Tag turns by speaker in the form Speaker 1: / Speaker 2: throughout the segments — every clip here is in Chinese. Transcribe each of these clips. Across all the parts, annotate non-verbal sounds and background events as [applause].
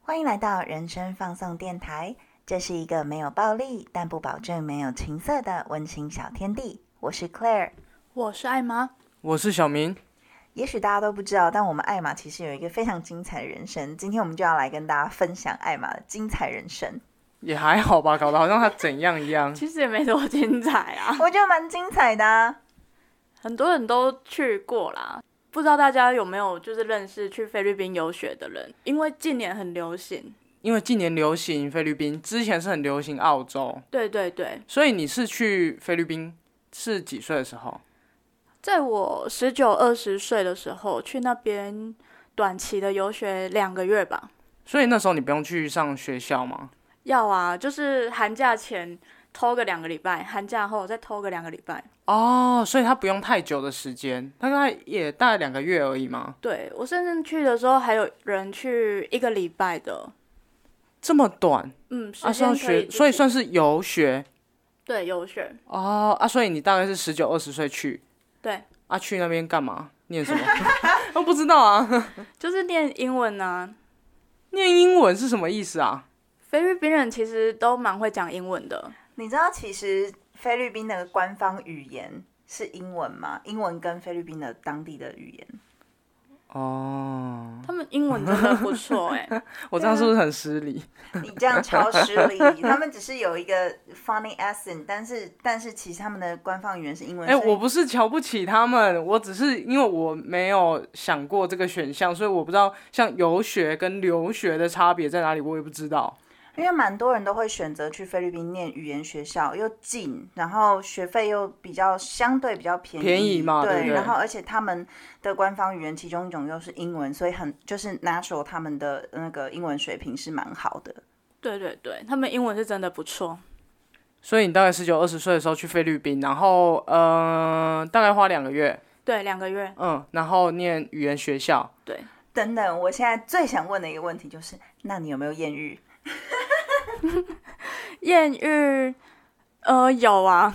Speaker 1: 欢迎来到人生放送电台，这是一个没有暴力，但不保证没有情色的温情小天地。我是 Claire。
Speaker 2: 我是艾妈，
Speaker 3: 我是小明，
Speaker 1: 也许大家都不知道，但我们艾玛其实有一个非常精彩的人生。今天我们就要来跟大家分享艾玛的精彩人生，
Speaker 3: 也还好吧，搞得好像他怎样一样。
Speaker 2: 其实也没多精彩
Speaker 3: [laughs]
Speaker 2: 啊，
Speaker 1: 我觉得蛮精彩的、啊。
Speaker 2: 很多人都去过啦。不知道大家有没有就是认识去菲律宾游学的人？因为近年很流行。
Speaker 3: 因为近年流行菲律宾，之前是很流行澳洲，
Speaker 2: 对对对，
Speaker 3: 所以你是去菲律宾是几岁的时候？
Speaker 2: 在我十九二十岁的时候去那边短期的游学两个月吧。
Speaker 3: 所以那时候你不用去上学校吗？
Speaker 2: 要啊，就是寒假前偷个两个礼拜，寒假后再偷个两个礼拜。
Speaker 3: 哦，所以他不用太久的时间，大概也大概两个月而已嘛，
Speaker 2: 对我甚至去的时候还有人去一个礼拜的，
Speaker 3: 这么短
Speaker 2: 嗯，
Speaker 3: 啊，
Speaker 2: 时
Speaker 3: 是要
Speaker 2: 间可以
Speaker 3: 学，
Speaker 2: 自己、
Speaker 3: 所以算是游学
Speaker 2: 对游学，
Speaker 3: 哦啊，所以你大概是十九二十岁去
Speaker 2: 对，
Speaker 3: 啊，去那边干嘛？念 [laughs] 什么？我不知道啊， [laughs]
Speaker 2: 就是念英文啊。
Speaker 3: 念英文是什么意思啊？
Speaker 2: 菲律宾人其实都蛮会讲英文
Speaker 3: 哦
Speaker 2: 的，
Speaker 1: 你知道其实菲律宾的官方语言是英文吗？英文跟菲律宾的当地的语言，
Speaker 3: 哦，
Speaker 2: 他们英文真的不错哎、
Speaker 3: [laughs] 我这样是不是很失礼？
Speaker 1: 你这样超失礼。他们只是有一个 funny accent，但是但是其实他们的官方语言是英文。
Speaker 3: 哎、
Speaker 1: 所以
Speaker 3: 我不是瞧不起他们，我只是因为我没有想过这个选项，所以我不知道像游学跟留学的差别在哪里，我也不知道。
Speaker 1: 因为蛮多人都会选择去菲律宾念语言学校，又近，然后学费又比较相对比较便宜，
Speaker 3: 便宜嘛
Speaker 1: 对，
Speaker 3: 对不对
Speaker 1: 然后而且他们的官方语言其中一种又是英文，所以很就是 natural 他们的那个英文水平是蛮好的。
Speaker 2: 对对对，他们英文是真的不错。
Speaker 3: 所以你大概十九二十岁的时候去菲律宾，然后呃，大概花两个月，
Speaker 2: 对，两个月，
Speaker 3: 嗯，然后念语言学校。
Speaker 2: 对，
Speaker 1: 等等，我现在最想问的一个问题就是，那你有没有艳遇？
Speaker 2: 艳遇，呃，有啊，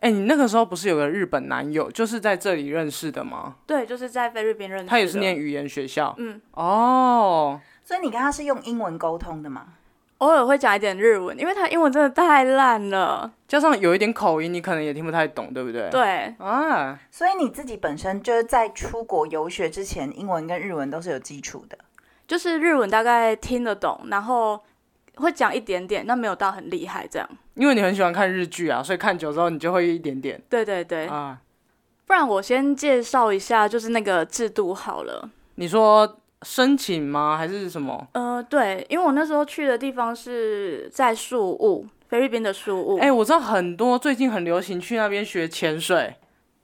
Speaker 3: 哎、你那个时候不是有个日本男友，就是在这里认识的吗？
Speaker 2: 对，就是在菲律宾认识的，
Speaker 3: 他也是念语言学校。
Speaker 2: 嗯，
Speaker 3: 哦，
Speaker 1: 所以你跟他是用英文沟通的吗？
Speaker 2: 偶尔会讲一点日文，因为他英文真的太烂了，
Speaker 3: 加上有一点口音，你可能也听不太懂，对不对？。
Speaker 2: 对，
Speaker 3: 啊，
Speaker 1: 所以你自己本身就是在出国游学之前，英文跟日文都是有基础的。
Speaker 2: 就是日文大概听得懂，然后会讲一点点，但没有到很厉害这样。
Speaker 3: 因为你很喜欢看日剧啊，所以看久之后你就会一点点
Speaker 2: 对对对，
Speaker 3: 啊。
Speaker 2: 不然我先介绍一下，就是那个制度好了。
Speaker 3: 你说申请吗？还是什么？
Speaker 2: 呃，对，因为我那时候去的地方是在宿务，菲律宾的宿务。
Speaker 3: 哎、我知道很多最近很流行去那边学潜水，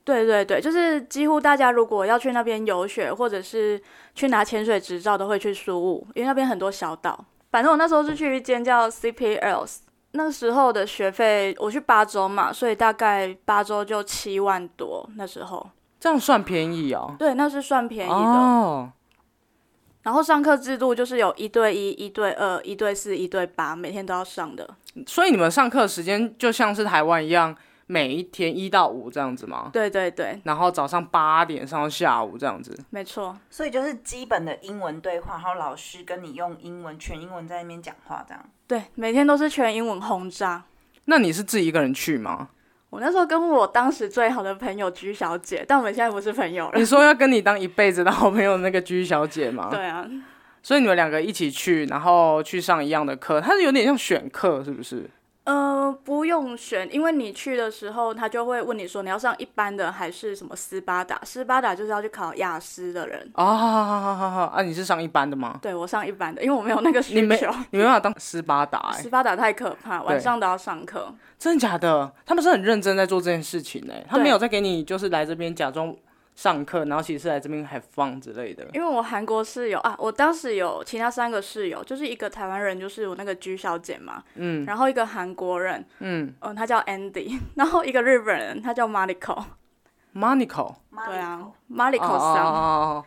Speaker 2: 对对对，就是几乎大家如果要去那边游学，或者是去拿潜水执照，都会去苏务，因为那边很多小岛。反正我那时候是去一间叫 CPLs，那时候的学费我去八周嘛，所以大概八周就七万多。那时候，
Speaker 3: 这样算便宜哦。
Speaker 2: 对，那是算便宜的。
Speaker 3: 哦，
Speaker 2: 然后上课制度就是有一对一、一对二、一对四、一对八，每天都要上的。
Speaker 3: 所以你们上课时间就像是台湾一样，每一天一到五这样子吗？
Speaker 2: 对对对，
Speaker 3: 然后早上八点上到下午这样子。
Speaker 2: 没错。
Speaker 1: 所以就是基本的英文对话，然后老师跟你用英文全英文在那边讲话，这样。
Speaker 2: 对，每天都是全英文轰炸。
Speaker 3: 那你是自己一个人
Speaker 2: [laughs]
Speaker 3: 去吗？
Speaker 2: 我那时候跟我当时最好的朋友鞠小姐，但我们现在不是朋友了
Speaker 3: 你。说要跟你当一辈子的好朋友的那个居小姐吗？。
Speaker 2: 对啊，
Speaker 3: 所以你们两个一起去，然后去上一样的课，它是有点像选课，是不是？
Speaker 2: 呃，不用选，因为你去的时候，他就会问你说你要上一般的还是什么斯巴达？斯巴达就是要去考雅思的人。
Speaker 3: 哦，好好好好好啊！你是上一班的吗？
Speaker 2: 对我上一般的，因为我没有那个需
Speaker 3: 你没
Speaker 2: 求。 [laughs]
Speaker 3: 你没办法当斯巴达、欸
Speaker 2: 斯，巴达太可怕，晚上都要上课。
Speaker 3: 真的假的？他们是很认真在做这件事情哎、他
Speaker 2: 对
Speaker 3: 没有在给你就是来这边假装上课，然后其实是来这边还放之类的。
Speaker 2: 因为我韩国室友啊，我当时有其他三个室友，就是一个台湾人，就是我那个鞠小姐嘛，嗯，然后一个韩国人，
Speaker 3: 嗯
Speaker 2: 嗯、他叫 Andy，然 [laughs] 后一个日本人，他叫 Mariko，
Speaker 3: ，Monaco，
Speaker 2: 对啊
Speaker 1: Mariko，
Speaker 3: 哦
Speaker 2: ，Mariko
Speaker 3: 哦哦
Speaker 2: 桑，
Speaker 3: 哦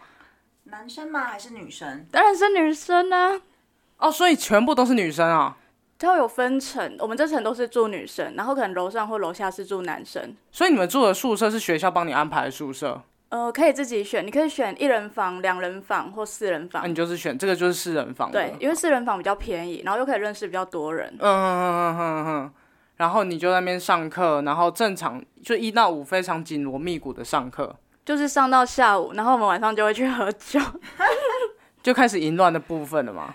Speaker 1: 男生吗？还是女生？
Speaker 2: 当然是女生啊，
Speaker 3: 哦，所以全部都是女生啊。
Speaker 2: 它会有分层，我们这层都是住女生，然后可能楼上或楼下是住男生。
Speaker 3: 所以你们住的宿舍是学校帮你安排的宿舍，
Speaker 2: 呃，可以自己选，你可以选一人房、两人房或四人
Speaker 3: 那、
Speaker 2: 房。
Speaker 3: 啊你就是选这个就是四人房的。
Speaker 2: 啊对，因为四人房比较便宜，然后又可以认识比较多人
Speaker 3: 嗯。嗯嗯嗯嗯，然后你就在那边上课，然后正常就一到五非常紧锣密鼓的上课，
Speaker 2: 就是上到下午，然后我们晚上就会去喝酒。
Speaker 3: 就开始淫乱的部分了嘛。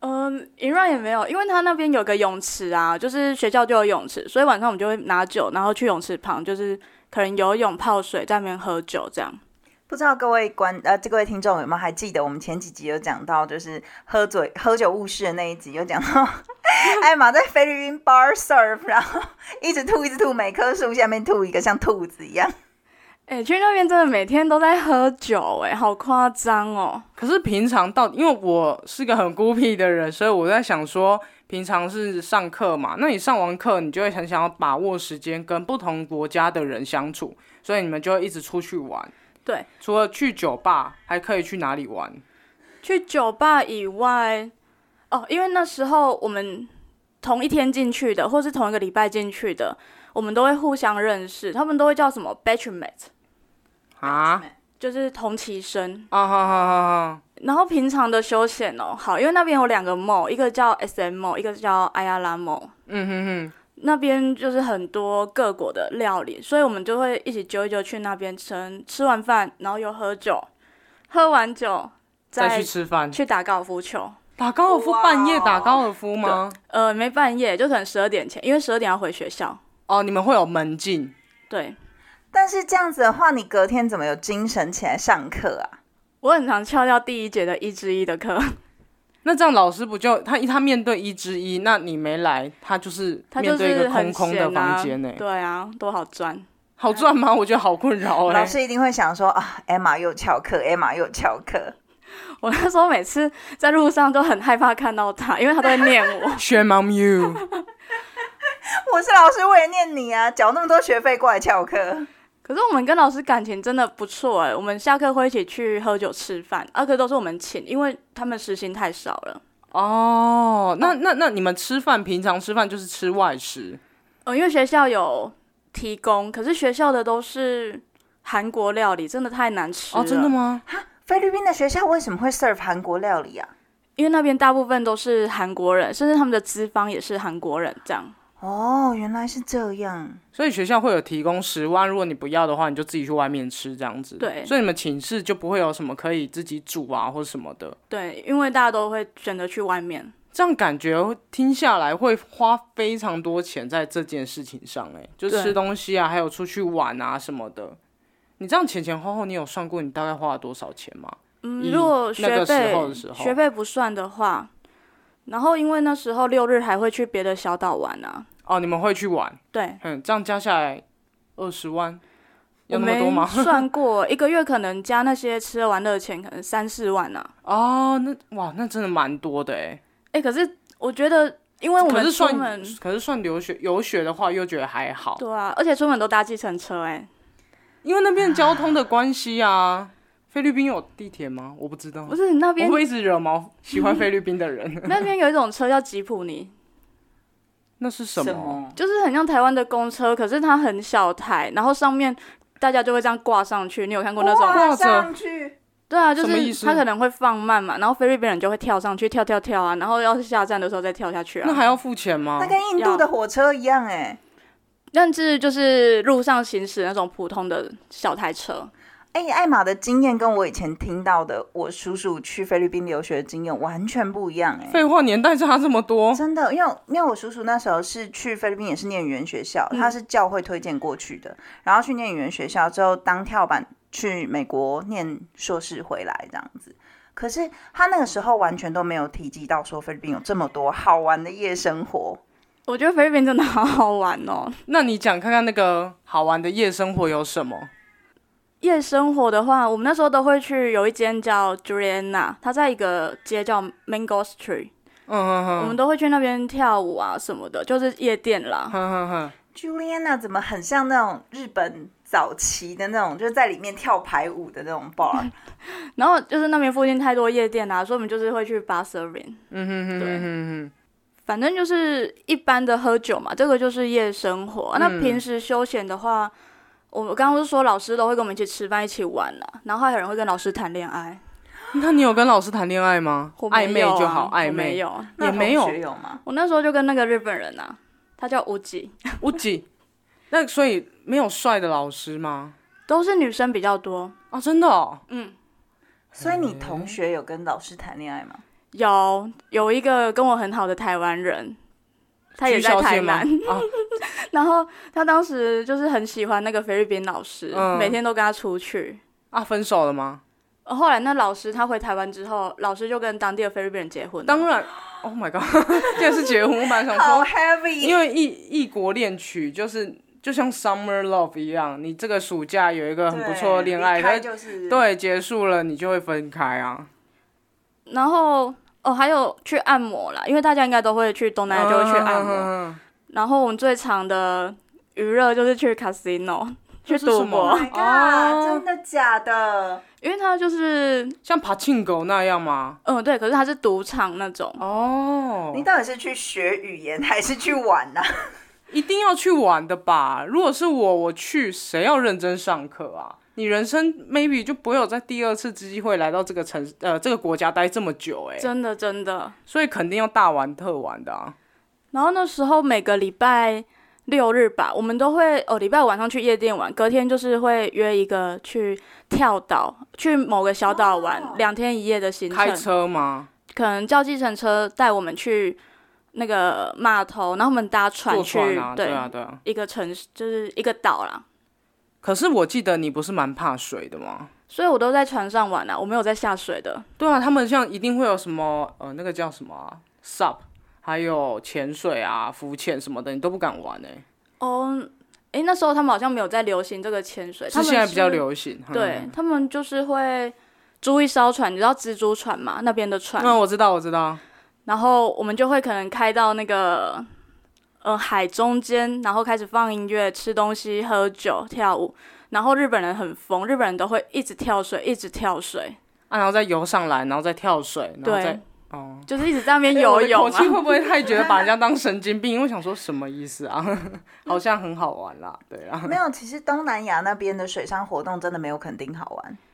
Speaker 2: 嗯，营乱也没有，因为他那边有个泳池啊，就是学校就有泳池，所以晚上我们就会拿酒，然后去泳池旁，就是可能游泳、泡水，在那边喝酒这样。
Speaker 1: 不知道各位观呃，这各位听众有没有还记得我们前几集有讲到，就是喝醉喝酒误事的那一集，有讲到 [laughs] 艾玛在菲律宾 bar serve，然后一直吐一直吐，每棵树下面吐一个像兔子一样。
Speaker 2: 哎、去那边真的每天都在喝酒、哎，好夸张哦！
Speaker 3: 可是平常到，因为我是个很孤僻的人，所以我在想说，平常是上课嘛，那你上完课，你就会很想要把握时间跟不同国家的人相处，所以你们就会一直出去玩。
Speaker 2: 对，
Speaker 3: 除了去酒吧，还可以去哪里玩？
Speaker 2: 去酒吧以外，哦，因为那时候我们同一天进去的，或是同一个礼拜进去的，我们都会互相认识，他们都会叫什么 batchmate，
Speaker 3: 啊
Speaker 2: 就是同期生。
Speaker 3: 啊哈哈哈！
Speaker 2: 然后平常的休闲哦，好，因为那边有两个 mall，一个叫 SM mall，一个叫艾亚拉 mall。
Speaker 3: 嗯哼哼，
Speaker 2: 那边就是很多各国的料理，所以我们就会一起揪一揪去那边吃。吃完饭，然后又喝酒，喝完酒
Speaker 3: 再去吃饭，
Speaker 2: 去打高尔夫球。
Speaker 3: 打高尔夫，
Speaker 1: 哇
Speaker 3: 半夜打高尔夫吗？
Speaker 2: 呃，没半夜，就可能十二点前，因为十二点要回学校。
Speaker 3: 哦，你们会有门禁，
Speaker 2: 对
Speaker 1: 但是这样子的话，你隔天怎么有精神起来上课啊？
Speaker 2: 我很常翘掉第一节的一至一的课，
Speaker 3: 那这样老师不就他他面对一之一，那你没来，他就是
Speaker 2: 他就
Speaker 3: 面对一
Speaker 2: 是
Speaker 3: 个
Speaker 2: 很
Speaker 3: 空空的
Speaker 2: 闲啊
Speaker 3: 房间欸呢、
Speaker 2: 对啊，多好赚。
Speaker 3: 好赚吗？我觉得好困扰哎、
Speaker 1: 老师一定会想说啊，Emma 又翘课，Emma 又翘课。
Speaker 2: 我那时候每次在路上都很害怕看到他，因为他都会念我。 [laughs]
Speaker 3: Shame on you！
Speaker 1: 我是老师，我也念你啊，缴那么多学费过来翘课。
Speaker 2: 可是我们跟老师感情真的不错哎、我们下课会一起去喝酒吃饭，而且都是我们请，因为他们时薪太少了。
Speaker 3: 哦，那那那你们吃饭，平常吃饭就是吃外食，
Speaker 2: 呃，因为学校有提供，可是学校的都是韩国料理，真的太难吃了。
Speaker 3: 哦，真的？吗？
Speaker 1: 菲律宾的学校为什么会 serve 韩国料理啊？
Speaker 2: 因为那边大部分都是韩国人，甚至他们的资方也是韩国人，这样。
Speaker 1: 哦，原来是这样。
Speaker 3: 所以学校会有提供食物，啊如果你不要的话，你就自己去外面吃这样子。
Speaker 2: 对
Speaker 3: 所以你们寝室就不会有什么可以自己煮啊或什么的，
Speaker 2: 对，因为大家都会选择去外面。
Speaker 3: 这样感觉听下来会花非常多钱在这件事情上、欸，哎，就
Speaker 2: 对
Speaker 3: 吃东西啊，还有出去玩啊什么的。你这样前前后后，你有算过你大概花了多少钱吗？
Speaker 2: 嗯，
Speaker 3: 以
Speaker 2: 如果
Speaker 3: 那
Speaker 2: 学
Speaker 3: 个时
Speaker 2: 费
Speaker 3: 候的时候
Speaker 2: 学费不算的话，然后因为那时候六日还会去别的小岛玩啊。
Speaker 3: 哦，你们会去玩，
Speaker 2: 对，
Speaker 3: 嗯，这样加下来二十万，
Speaker 2: 我
Speaker 3: 有那么多吗？
Speaker 2: 没算过，一个月可能加那些吃喝玩乐的钱，可能三四万啊。
Speaker 3: 哦，那哇，那真的蛮多的哎。
Speaker 2: 哎、可是我觉得，因为我
Speaker 3: 可
Speaker 2: 们
Speaker 3: 是
Speaker 2: 出
Speaker 3: 算
Speaker 2: 门，
Speaker 3: 可是算留学游学的话，又觉得还好，
Speaker 2: 对啊，而且出门都搭计程车、哎，
Speaker 3: 因为那边交通的关系啊。菲律宾有地铁吗？我不知道，
Speaker 2: 不是那
Speaker 3: 嗯我
Speaker 2: 边
Speaker 3: 会一直惹毛喜欢菲律宾的人。 [laughs]
Speaker 2: 那边有一种车叫吉普尼，
Speaker 3: 那是什么？
Speaker 2: 就是很像台湾的公车，可是它很小台，然后上面大家就会这样挂上去。你有看过那种？
Speaker 1: 挂
Speaker 3: 挂着
Speaker 1: 上去。
Speaker 2: 对啊，就
Speaker 3: 什么意
Speaker 2: 是
Speaker 3: 思
Speaker 2: 它可能会放慢嘛，然后菲律宾人就会跳上去，跳跳跳啊，然后要是下站的时候再跳下去
Speaker 3: 那
Speaker 2: 啊。
Speaker 3: 还要付钱吗
Speaker 1: 那？跟印度的火车一样哎、
Speaker 2: 但是就是路上行驶那种普通的小台车，
Speaker 1: 哎、艾玛的经验跟我以前听到的我叔叔去菲律宾留学的经验完全不一样哎、
Speaker 3: 废话，年代差这么多，
Speaker 1: 真的，因为因为我叔叔那时候是去菲律宾，也是念语言学校，
Speaker 3: 嗯
Speaker 1: 他是教会推荐过去的，然后去念语言学校之后当跳板去美国念硕士回来这样子。可是他那个时候完全都没有提及到说菲律宾有这么多好玩的夜生活，
Speaker 2: 我觉得菲律宾真的好好玩哦。
Speaker 3: 那你讲看看那个好玩的夜生活有什么？
Speaker 2: 夜生活的话，我们那时候都会去有一间叫 Juliana，它在一个街叫 Mango Street，、
Speaker 3: 嗯哼
Speaker 2: 我们
Speaker 3: 哼，
Speaker 2: 都会去那边跳舞啊什么的，就是夜店啦。
Speaker 3: 哼哼哼，
Speaker 1: Juliana 怎么很像那种日本早期的那种，就是在里面跳排舞的那种
Speaker 3: [laughs]
Speaker 1: bar？
Speaker 2: 然啊后就是那边附近太多夜店啦、所以我们就是会去 Bar Serving。
Speaker 3: 嗯哼哼
Speaker 2: 对
Speaker 3: 哼哼哼，
Speaker 2: 反正就是一般的喝酒嘛，这个就是夜生活。啊那
Speaker 3: 嗯
Speaker 2: 平时休闲的话，我们刚刚不是说老师都会跟我们一起吃饭、一起玩啦、然后还有人会跟老师谈恋爱，
Speaker 3: [laughs] 那你有跟老师谈恋爱吗？
Speaker 2: 我没
Speaker 3: 暧昧
Speaker 2: 有
Speaker 3: 就
Speaker 2: 啊
Speaker 3: 好，
Speaker 2: 我
Speaker 3: 暧
Speaker 2: 没
Speaker 3: 昧。
Speaker 2: 有。
Speaker 1: 那
Speaker 3: 也没有
Speaker 1: 同学有吗？
Speaker 2: 我那时候就跟那个日本人啊，他叫无极， [laughs]
Speaker 3: 我几？那所以没有帅的老师吗？
Speaker 2: 都是女生比较多。
Speaker 3: 啊，真的哦。
Speaker 2: 嗯，
Speaker 1: 所以
Speaker 3: 嗯
Speaker 1: 你同学有跟老师谈恋爱吗？
Speaker 2: 有有一个跟我很好的台湾人，他也
Speaker 3: 居
Speaker 2: 在
Speaker 3: 小
Speaker 2: 台
Speaker 3: 姐吗
Speaker 2: 南， [laughs]
Speaker 3: 啊，
Speaker 2: 然后他当时就是很喜欢那个菲律宾老师，
Speaker 3: 嗯
Speaker 2: 每天都跟他出去。
Speaker 3: 啊，分手了吗？
Speaker 2: 呃后来那老师他回台湾之后，老师就跟当地的菲律宾人结婚了。
Speaker 3: 当然，Oh my god，竟 [laughs] 然是结婚。我本来想
Speaker 1: 好
Speaker 3: 说，
Speaker 1: heavy，
Speaker 3: 因为异异国恋曲就是就像 Summer Love 一样，你这个暑假有一个很不错的恋
Speaker 1: 对
Speaker 3: 爱，
Speaker 1: 离开
Speaker 3: 但
Speaker 1: 就是
Speaker 3: 对结束了你就会分开啊。
Speaker 2: 然后哦，还有去按摩啦，因为大家应该都会去东南亚就会去
Speaker 3: 嗯
Speaker 2: 按摩。
Speaker 3: 摩，
Speaker 2: 然后我们最常的娱乐就是去
Speaker 3: [laughs]
Speaker 2: casino 去
Speaker 3: 这是
Speaker 2: 赌
Speaker 3: 什么
Speaker 2: 博
Speaker 3: 啊
Speaker 1: Oh，my god，真的假的？
Speaker 2: 因为他就是
Speaker 3: 像爬庆狗那样吗？
Speaker 2: 嗯对，可是他是赌场那种。
Speaker 3: 哦
Speaker 1: 你，到底是去学语言还是去玩啊呐、
Speaker 3: 一定要去玩的吧？如果是我，我去，谁要认真上课啊？你人生 maybe 就不会有在第二次机会来到这个城呃这个国家待这么久哎、
Speaker 2: 真的真的。
Speaker 3: 所以肯定要大玩特玩的啊。
Speaker 2: 然后那时候每个礼拜六日吧，我们都会哦，礼拜五晚上去夜店玩，隔天就是会约一个去跳岛，去某个小岛玩、两天一夜的行
Speaker 3: 哦开
Speaker 2: 程，
Speaker 3: 车吗？
Speaker 2: 可能叫计程车带我们去那个码头，然后我们搭船
Speaker 3: 坐
Speaker 2: 去，
Speaker 3: 船啊？
Speaker 2: 对
Speaker 3: 对啊，对啊。
Speaker 2: 一个城市就是一个岛啦。
Speaker 3: 可是我记得你不是蛮怕水的吗？
Speaker 2: 所以我都在船上玩啊，我没有在下水的。
Speaker 3: 对啊，他们像一定会有什么呃，那个叫什么、啊、SUP，还有潜水啊、浮潜什么的，你都不敢玩哎、
Speaker 2: 哦，诶，那时候他们好像没有在流行这个潜水，他
Speaker 3: 是
Speaker 2: 们
Speaker 3: 现在比较流行。嗯
Speaker 2: 对他们就是会租一艘船，你知道蜘蛛船吗？那边的船，
Speaker 3: 嗯，我知道，我知道。
Speaker 2: 然后我们就会可能开到那个呃海中间，然后开始放音乐、吃东西、喝酒、跳舞。然后日本人很疯，日本人都会一直跳水，一直跳水，
Speaker 3: 啊，然后再游上来，然后再跳水，然后
Speaker 2: 对
Speaker 3: 再，哦。
Speaker 2: 就是一直在那边
Speaker 3: [laughs] 哎
Speaker 2: 游
Speaker 3: 我的
Speaker 2: 泳、
Speaker 3: 口气
Speaker 2: 啊。
Speaker 3: 会不会太觉得把人家当神经病？因为我想说什么意思啊？ [laughs] 好像很好玩啦，对啊，
Speaker 1: [laughs] 没有，其实东南亚那边的水上活动真的没有垦丁好玩。
Speaker 3: [laughs]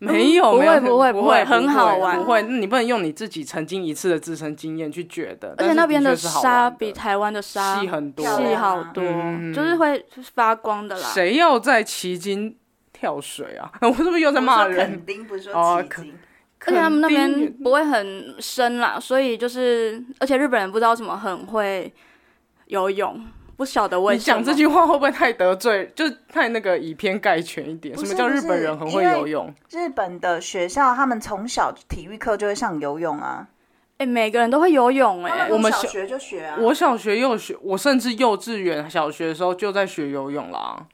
Speaker 3: 没有，
Speaker 2: 不
Speaker 3: 没
Speaker 2: 会
Speaker 3: 有
Speaker 2: 不会
Speaker 3: 不
Speaker 2: 不会
Speaker 3: 会，
Speaker 2: 很好玩
Speaker 3: 不会，那你不能用你自己曾经一次的自身经验去觉得，
Speaker 2: 而且那边
Speaker 3: 的确是好
Speaker 2: 沙
Speaker 3: 玩的
Speaker 2: 比台湾的沙
Speaker 3: 细很多，
Speaker 1: 漂
Speaker 2: 细
Speaker 1: 亮啊
Speaker 2: 好多，
Speaker 3: 嗯
Speaker 2: 就是会发光的啦。
Speaker 3: 谁要在旗津跳水啊？ [laughs] 我是不是又在骂
Speaker 1: 我说垦
Speaker 3: 人？
Speaker 1: 丁不是
Speaker 3: 哦
Speaker 1: 说奇经，
Speaker 2: 而且他们那
Speaker 3: 肯
Speaker 2: 边
Speaker 3: 定
Speaker 2: 不会很深啦，所以就是，而且日本人不知道为什么很会游泳，不晓得为
Speaker 3: 你
Speaker 2: 什么。
Speaker 3: 讲这句话会不会太得罪？就是太那个以偏概全一点。
Speaker 1: 不
Speaker 3: 什
Speaker 1: 是
Speaker 3: 么叫日本人很会游泳？
Speaker 1: 日本的学校他们从小体育课就会上游泳啊，
Speaker 2: 哎、每个人都会游泳哎、
Speaker 1: 他
Speaker 3: 我
Speaker 1: 从
Speaker 3: 们
Speaker 1: 小
Speaker 3: 小
Speaker 1: 学就学啊。
Speaker 3: 我小学又学，我甚至幼稚园、小学的时候就在学游泳啦。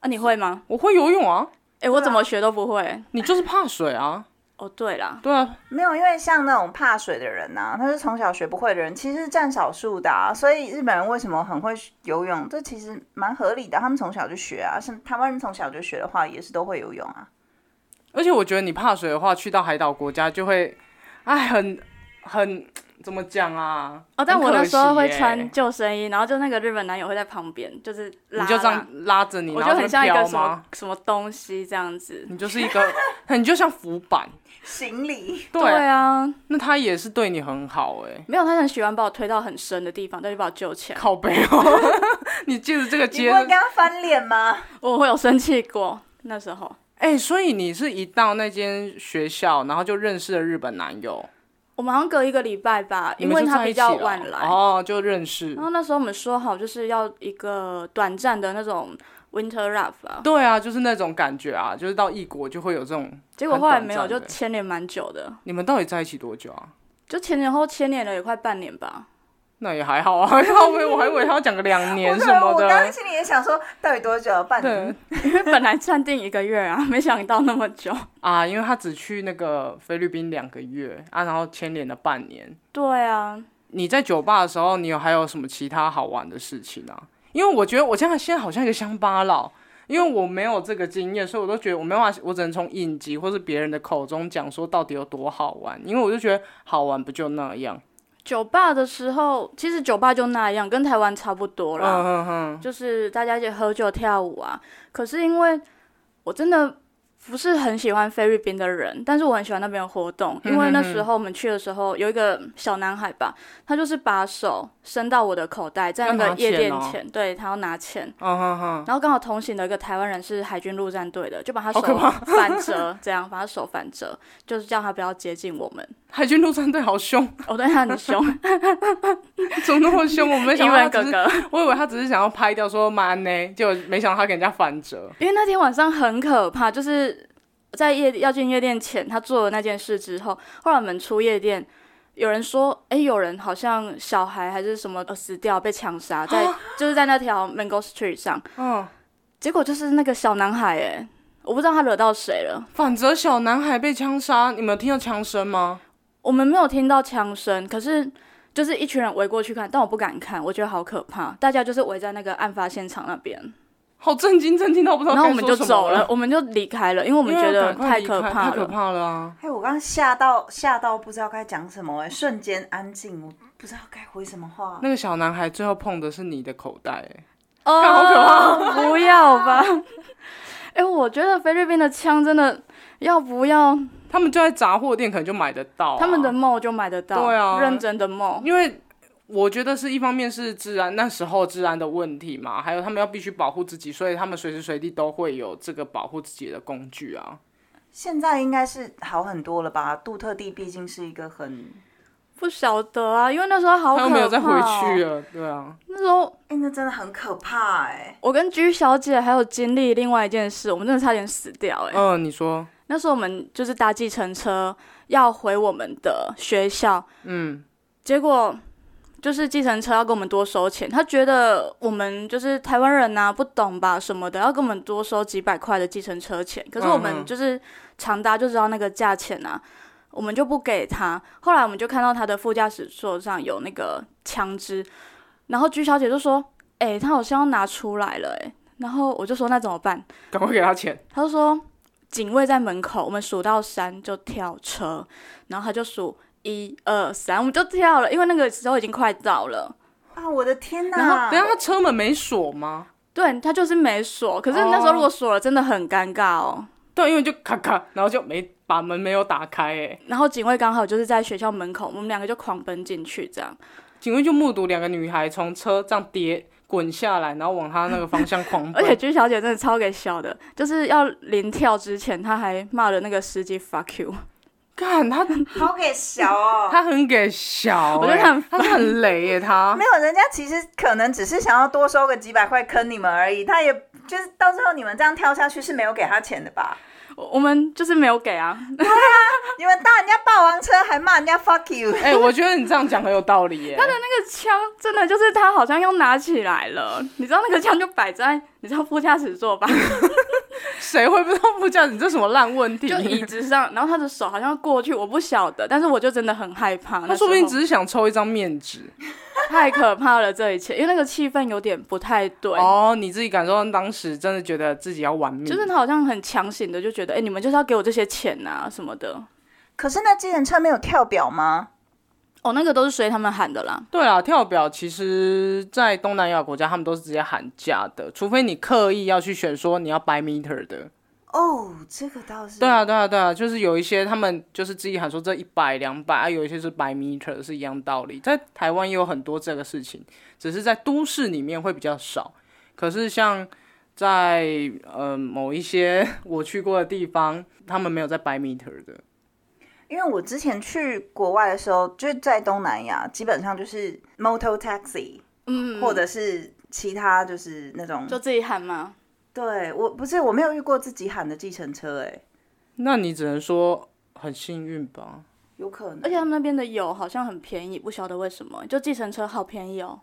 Speaker 2: 啊，你会吗？
Speaker 3: 我会游泳啊，
Speaker 2: 哎、我怎么学都不会。
Speaker 3: 你就是怕水啊。
Speaker 2: 哦，对啦，
Speaker 3: 对啊，
Speaker 1: 没有，因为像那种怕水的人呐、他是从小学不会的人，其实是占少数的、啊。所以日本人为什么很会游泳？这其实蛮合理的，他们从小就学啊。像台湾人从小就学的话，也是都会游泳啊。
Speaker 3: 而且我觉得你怕水的话，去到海岛国家就会，哎，很很怎么讲啊？
Speaker 2: 哦，但
Speaker 3: 很
Speaker 2: 我
Speaker 3: 可
Speaker 2: 那时候
Speaker 3: 惜
Speaker 2: 会
Speaker 3: 耶
Speaker 2: 穿救生衣，然后就那个日本男友会在旁边，就是拉
Speaker 3: 你就这
Speaker 2: 拉
Speaker 3: 样拉着你，
Speaker 2: 我
Speaker 3: 然
Speaker 2: 就
Speaker 3: 后
Speaker 2: 很像一个
Speaker 3: 飘
Speaker 2: 什么
Speaker 3: 吗？
Speaker 2: 什么东西这样子。
Speaker 3: 你就是一个，你就像浮板。
Speaker 1: 行
Speaker 3: [laughs]
Speaker 1: 李，
Speaker 3: 对
Speaker 2: 对啊，
Speaker 3: 那他也是对你很好哎、
Speaker 2: 没有，他很喜欢把我推到很深的地方，他就把我救起来。
Speaker 3: 靠背哦， [laughs] 你借着这个
Speaker 1: 你
Speaker 3: 接
Speaker 1: 不，会跟他翻脸吗？
Speaker 2: 我会有生气过那时候。
Speaker 3: 哎、所以你是一到那间学校，然后就认识了日本男友，
Speaker 2: 我们好像隔一个礼拜吧，
Speaker 3: 你
Speaker 2: 因
Speaker 3: 们
Speaker 2: 为
Speaker 3: 就
Speaker 2: 他
Speaker 3: 在一
Speaker 2: 比
Speaker 3: 起了
Speaker 2: 较晚来。
Speaker 3: 哦，就认识
Speaker 2: 然。后那时候我们说好就是要一个短暂的那种 winter rough 啊，
Speaker 3: 对啊，就是那种感觉啊，就是到异国就会有这种。
Speaker 2: 结果后来没有，
Speaker 3: 很短
Speaker 2: 就
Speaker 3: 暂的
Speaker 2: 牵连蛮久的，
Speaker 3: 你们到底在一起多久啊？
Speaker 2: 就前前后后牵连了也快半年吧。
Speaker 3: 那也还好啊， [laughs] 我以为我还以为他要讲
Speaker 2: [laughs]
Speaker 3: 个两年
Speaker 1: 我
Speaker 3: 什么
Speaker 1: 对我刚刚
Speaker 3: 的。
Speaker 1: 心里也想说，到底多久？半
Speaker 3: 对
Speaker 1: 年？
Speaker 2: 因为 [laughs] 本来暂定一个月啊，没想到那么久。
Speaker 3: 啊，因为他只去那个菲律宾两个月啊，然后牵连了半年。
Speaker 2: 对啊，
Speaker 3: 你在酒吧的时候，你有还有什么其他好玩的事情啊？因为我觉得我这样现在好像一个乡巴佬，因为我没有这个经验，所以我都觉得我没办法，我只能从影集或是别人的口中讲说到底有多好玩，因为我就觉得好玩不就那样。
Speaker 2: 酒吧的时候，其实酒吧就那样，跟台湾差不多啦。
Speaker 3: 嗯嗯嗯，
Speaker 2: 就是大家一起喝酒跳舞啊。可是因为我真的不是很喜欢菲律宾的人，但是我很喜欢那边的活动，因为那时候我们去的时候有一个小男孩吧，他就是把手伸到我的口袋，在那
Speaker 3: 要
Speaker 2: 个
Speaker 3: 拿
Speaker 2: 夜
Speaker 3: 钱
Speaker 2: 店
Speaker 3: 哦
Speaker 2: 前，对他要拿钱。
Speaker 3: 嗯哼哼，
Speaker 2: 然后刚好同行的一个台湾人是海军陆战队的，就把他手
Speaker 3: 好可怕
Speaker 2: 反折，这样把他手反折，就是叫他不要接近我们。哦
Speaker 3: 海军陆战队好凶， [laughs]
Speaker 2: 我对他很凶，
Speaker 3: 怎么那
Speaker 2: [laughs]
Speaker 3: 么凶？我没想
Speaker 2: 英
Speaker 3: 到
Speaker 2: 文
Speaker 3: 他
Speaker 2: 哥
Speaker 3: 只是，
Speaker 2: 哥。
Speaker 3: 我以为他只是想要拍掉说蛮呢，结果没想到他给人家反折。
Speaker 2: 因为那天晚上很可怕，就是在夜要进夜店前，他做了那件事之后，后来我们出夜店，有人说，哎、有人好像小孩还是什么呃死掉被强杀，在啊就是在那条 Mango Street 上，
Speaker 3: 嗯，
Speaker 2: 结果就是那个小男孩、哎，我不知道他惹到谁了。
Speaker 3: 反折小男孩被枪杀，你们有听到枪声吗？
Speaker 2: 我们没有听到枪声，可是就是一群人围过去看，但我不敢看，我觉得好可怕。大家就是围在那个案发现场那边，
Speaker 3: 好震惊，震惊到不知道
Speaker 2: 然
Speaker 3: 该
Speaker 2: 后我
Speaker 3: 说什
Speaker 2: 们
Speaker 3: 么
Speaker 2: 就走
Speaker 3: 了
Speaker 2: 了，，我们就离开了，因为我
Speaker 3: 我
Speaker 2: 们觉得
Speaker 3: 太
Speaker 2: 太可
Speaker 3: 太
Speaker 2: 怕
Speaker 3: 可
Speaker 2: 了。
Speaker 3: 怕了啊！
Speaker 1: 哎、我刚刚吓到吓到不知道该讲什么、哎，瞬间安静，我不知道该回什么话。
Speaker 3: 那个小男孩最后碰的是你的口袋、欸
Speaker 2: 哦，
Speaker 3: 干好
Speaker 2: 可怕！不要吧？ [laughs] 哎、我觉得菲律宾的枪真的要不要？
Speaker 3: 他们就在杂货店可能就买得到啊、
Speaker 2: 他们的帽就买得到，
Speaker 3: 对啊
Speaker 2: 认真的帽。
Speaker 3: 因为我觉得是一方面是治安那时候治安的问题嘛，还有他们要必须保护自己，所以他们随时随地都会有这个保护自己的工具啊。
Speaker 1: 现在应该是好很多了吧？杜特地毕竟是一个很……
Speaker 2: 不晓得啊，因为那时候好
Speaker 3: 他
Speaker 2: 可怕、
Speaker 3: 又没
Speaker 2: 哦。
Speaker 3: 有再回去了，对啊，
Speaker 2: 那时候
Speaker 1: 哎、那真的很可怕哎、
Speaker 2: 我跟居小姐还有经历另外一件事，我们真的差点死掉哎、
Speaker 3: 嗯、你说，
Speaker 2: 那时候我们就是搭计程车要回我们的学校，
Speaker 3: 嗯，
Speaker 2: 结果就是计程车要跟我们多收钱，他觉得我们就是台湾人呐、不懂吧什么的，要跟我们多收几百块的计程车钱。可是我
Speaker 3: 嗯
Speaker 2: 们
Speaker 3: 嗯
Speaker 2: 就是长搭就知道那个价钱啊，我们就不给他。后来我们就看到他的副驾驶座上有那个枪支，然后居小姐就说：“哎、他好像要拿出来了、欸，然后我就说：“那怎么办
Speaker 3: 赶快给他钱，？”
Speaker 2: 他就说：“警卫在门口，我们数到三就跳车。”然后他就数。一二三，我们就跳了，因为那个时候已经快到了。
Speaker 1: 啊，我的天
Speaker 3: 然后
Speaker 1: 哪！
Speaker 3: 等一下他车门没锁吗？
Speaker 2: 对他就是没锁，可是那时候
Speaker 3: 哦
Speaker 2: 如果锁了，真的很尴尬哦。
Speaker 3: 对，因为就咔咔，然后就没把门没有打开、欸，
Speaker 2: 然后警卫刚好就是在学校门口，我们两个就狂奔进去，这样
Speaker 3: 警卫就目睹两个女孩从车这样跌滚下来，然后往他那个方向狂
Speaker 2: [laughs] 而且
Speaker 3: 奔。
Speaker 2: 鞠小姐真的超给笑的，就是要临跳之前，她还骂了那个司机 fuck you。
Speaker 3: 看他，
Speaker 1: 好给小哦、
Speaker 3: 他很给小、欸，
Speaker 2: 我觉得他很
Speaker 3: 他是很雷
Speaker 2: [laughs]
Speaker 3: 耶、他
Speaker 1: 没有，人家其实可能只是想要多收个几百块坑你们而已，他也就是到最后你们这样跳下去是没有给他钱的吧？
Speaker 2: 我我们就是没有给啊，
Speaker 1: 你们搭人家霸王车还骂人家 fuck you，
Speaker 3: 哎、我觉得你这样讲很有道理耶、
Speaker 2: 那个枪真的就是他好像要拿起来了，你知道那个枪就摆在你知道副驾驶座吧，
Speaker 3: 谁会不知道副驾驶？你这什么烂问题？
Speaker 2: 就
Speaker 3: [laughs]
Speaker 2: 椅子上，然后他的手好像要过去，我不晓得，但是我就真的很害怕。
Speaker 3: 他
Speaker 2: 那
Speaker 3: 说不
Speaker 2: 时
Speaker 3: 定
Speaker 2: 候
Speaker 3: 只是想抽一张面纸。
Speaker 2: 太可怕了，这一切，因为那个气氛有点不太对。
Speaker 3: 哦，你自己感受到当时真的觉得自己要玩命，
Speaker 2: 就是他好像很强行的就觉得，哎、你们就是要给我这些钱啊什么的。
Speaker 1: 可是那计程车没有跳表吗？
Speaker 2: 哦，那个都是随他们喊的啦。
Speaker 3: 对啊，跳表其实，在东南亚国家他们都是直接喊价的，除非你刻意要去选说你要 buy meter 的。
Speaker 1: 哦，这个倒是
Speaker 3: 对啊，对啊，对啊，就是有一些他们就是自己喊说这一百、两百，啊，有一些是 buy meter 是一样道理。在台湾也有很多这个事情，只是在都市里面会比较少。可是像在呃某一些 [laughs] 我去过的地方，他们没有在 buy meter 的。
Speaker 1: 因为我之前去国外的时候，就是在东南亚，基本上就是 motor taxi，
Speaker 2: 嗯，
Speaker 1: 或者是其他就是那种，
Speaker 2: 就自己喊嘛。
Speaker 1: 对我不是我没有遇过自己喊的计程车、哎，
Speaker 3: 那你只能说很幸运吧。
Speaker 1: 有可能，
Speaker 2: 而且他们那边的油好像很便宜，不晓得为什么，就计程车好便宜哦。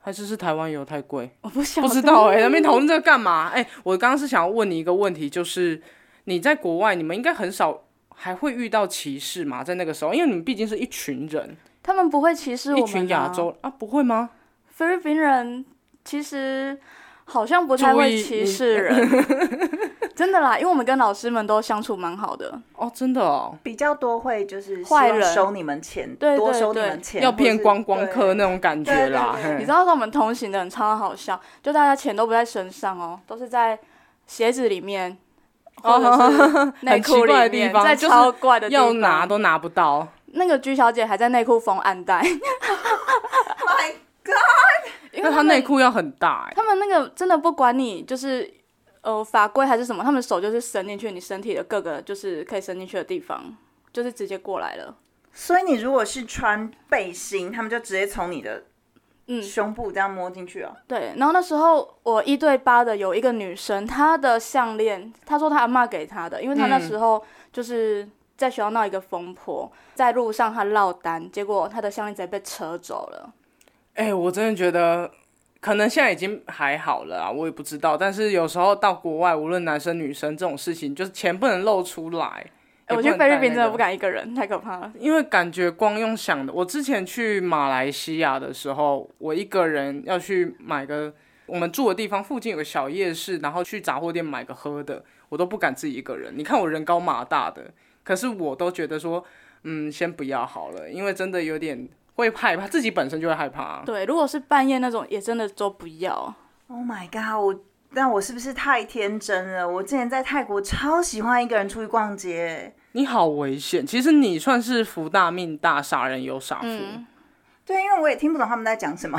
Speaker 3: 还是是台湾油太贵，
Speaker 2: 我不晓得
Speaker 3: 不知道哎、欸，那边讨论这个干嘛？哎、我刚刚是想要问你一个问题，就是你在国外，你们应该很少还会遇到歧视嘛？在那个时候，因为你们毕竟是一群人，
Speaker 2: [laughs] 他们不会歧视我
Speaker 3: 一
Speaker 2: 们、啊。
Speaker 3: 群亚洲啊，不会吗？
Speaker 2: 菲律宾人其实好像不太会歧视人， [laughs] 真的啦，因为我们跟老师们都相处蛮好的，
Speaker 3: 哦，真的哦，
Speaker 1: 比较多会就是希
Speaker 2: 坏
Speaker 1: 望
Speaker 2: 人
Speaker 1: 收你们钱，
Speaker 2: 对
Speaker 1: 多
Speaker 2: 对
Speaker 1: 收你
Speaker 2: 对
Speaker 1: 们钱，
Speaker 3: 要
Speaker 1: 或
Speaker 3: 骗
Speaker 1: 是
Speaker 3: 观光
Speaker 1: 对
Speaker 3: 客那种感觉啦。
Speaker 1: 对对对
Speaker 2: 你知
Speaker 3: 嘿
Speaker 2: 道，跟我们同行的人超好笑，就大家钱都不在身上哦，都是在鞋子里面，或者是内裤
Speaker 3: 哦 [laughs] 很奇
Speaker 2: 里
Speaker 3: 怪的
Speaker 2: 面，
Speaker 3: 地方
Speaker 2: 在
Speaker 3: 就是
Speaker 2: 超怪的地方。
Speaker 3: 要拿都拿不到，
Speaker 2: 那个居小姐还在内裤缝暗
Speaker 3: [laughs]
Speaker 2: 袋，
Speaker 1: My
Speaker 2: 因为
Speaker 3: 那他
Speaker 2: 们
Speaker 3: 内裤要很大哎、
Speaker 2: 他们那个真的不管你就是呃法规还是什么，他们手就是伸进去你身体的各个就是可以伸进去的地方，就是直接过来了。
Speaker 1: 所以你如果是穿背心，他们就直接从你的
Speaker 2: 嗯
Speaker 1: 胸部这样摸进去哦。
Speaker 2: 对，然后那时候我一对八的有一个女生，她的项链，她说她阿妈给她的，因为她那
Speaker 3: 嗯
Speaker 2: 时候就是在学校闹一个风波，在路上她落单，结果她的项链直接被扯走了。
Speaker 3: 哎、我真的觉得。可能现在已经还好了啊，我也不知道。但是有时候到国外，无论男生女生，这种事情就是钱不能露出来。
Speaker 2: 哎我
Speaker 3: 也
Speaker 2: 去
Speaker 3: 能带
Speaker 2: 菲律宾真
Speaker 3: 那
Speaker 2: 的
Speaker 3: 个
Speaker 2: 不敢一个人，太可怕了。
Speaker 3: 因为感觉光用想的，我之前去马来西亚的时候，我一个人要去买个我们住的地方附近有个小夜市，然后去杂货店买个喝的，我都不敢自己一个人。你看我人高马大的，可是我都觉得说，嗯，先不要好了，因为真的有点会害怕，自 [laughs] 己本身就会害怕。
Speaker 2: 对，如果是半夜那种，也真的都不要。
Speaker 1: Oh my god！我但我是不是太天真了？我之前在泰国超喜欢一个人出去逛街。
Speaker 3: 你好危险，其实你算是福大命大，傻人有傻福。
Speaker 2: 嗯，
Speaker 1: 对，因为我也听不懂他们在讲什么，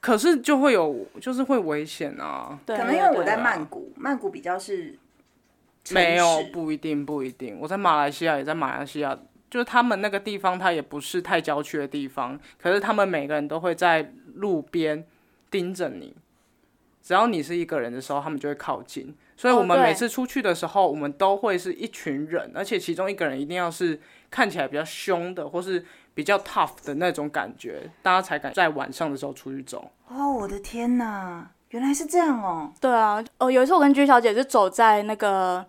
Speaker 3: 可是就会有，就是会危险啊。
Speaker 2: 对，
Speaker 1: 可能因为我在
Speaker 3: 对
Speaker 1: 曼谷，曼谷比较是城市
Speaker 3: 没有，不一定，不一定。我在马来西亚也在马来西亚，就是他们那个地方，它也不是太郊区的地方，可是他们每个人都会在路边盯着你，只要你是一个人的时候，他们就会靠近。所以
Speaker 2: 哦
Speaker 3: 我们
Speaker 2: 对
Speaker 3: 每次出去的时候，我们都会是一群人，而且其中一个人一定要是看起来比较凶的，或是比较 tough 的那种感觉，大家才敢在晚上的时候出去走。
Speaker 1: 哦，我的天哪，原来是这样哦！
Speaker 2: 对啊，哦，有一次我跟居小姐就走在那个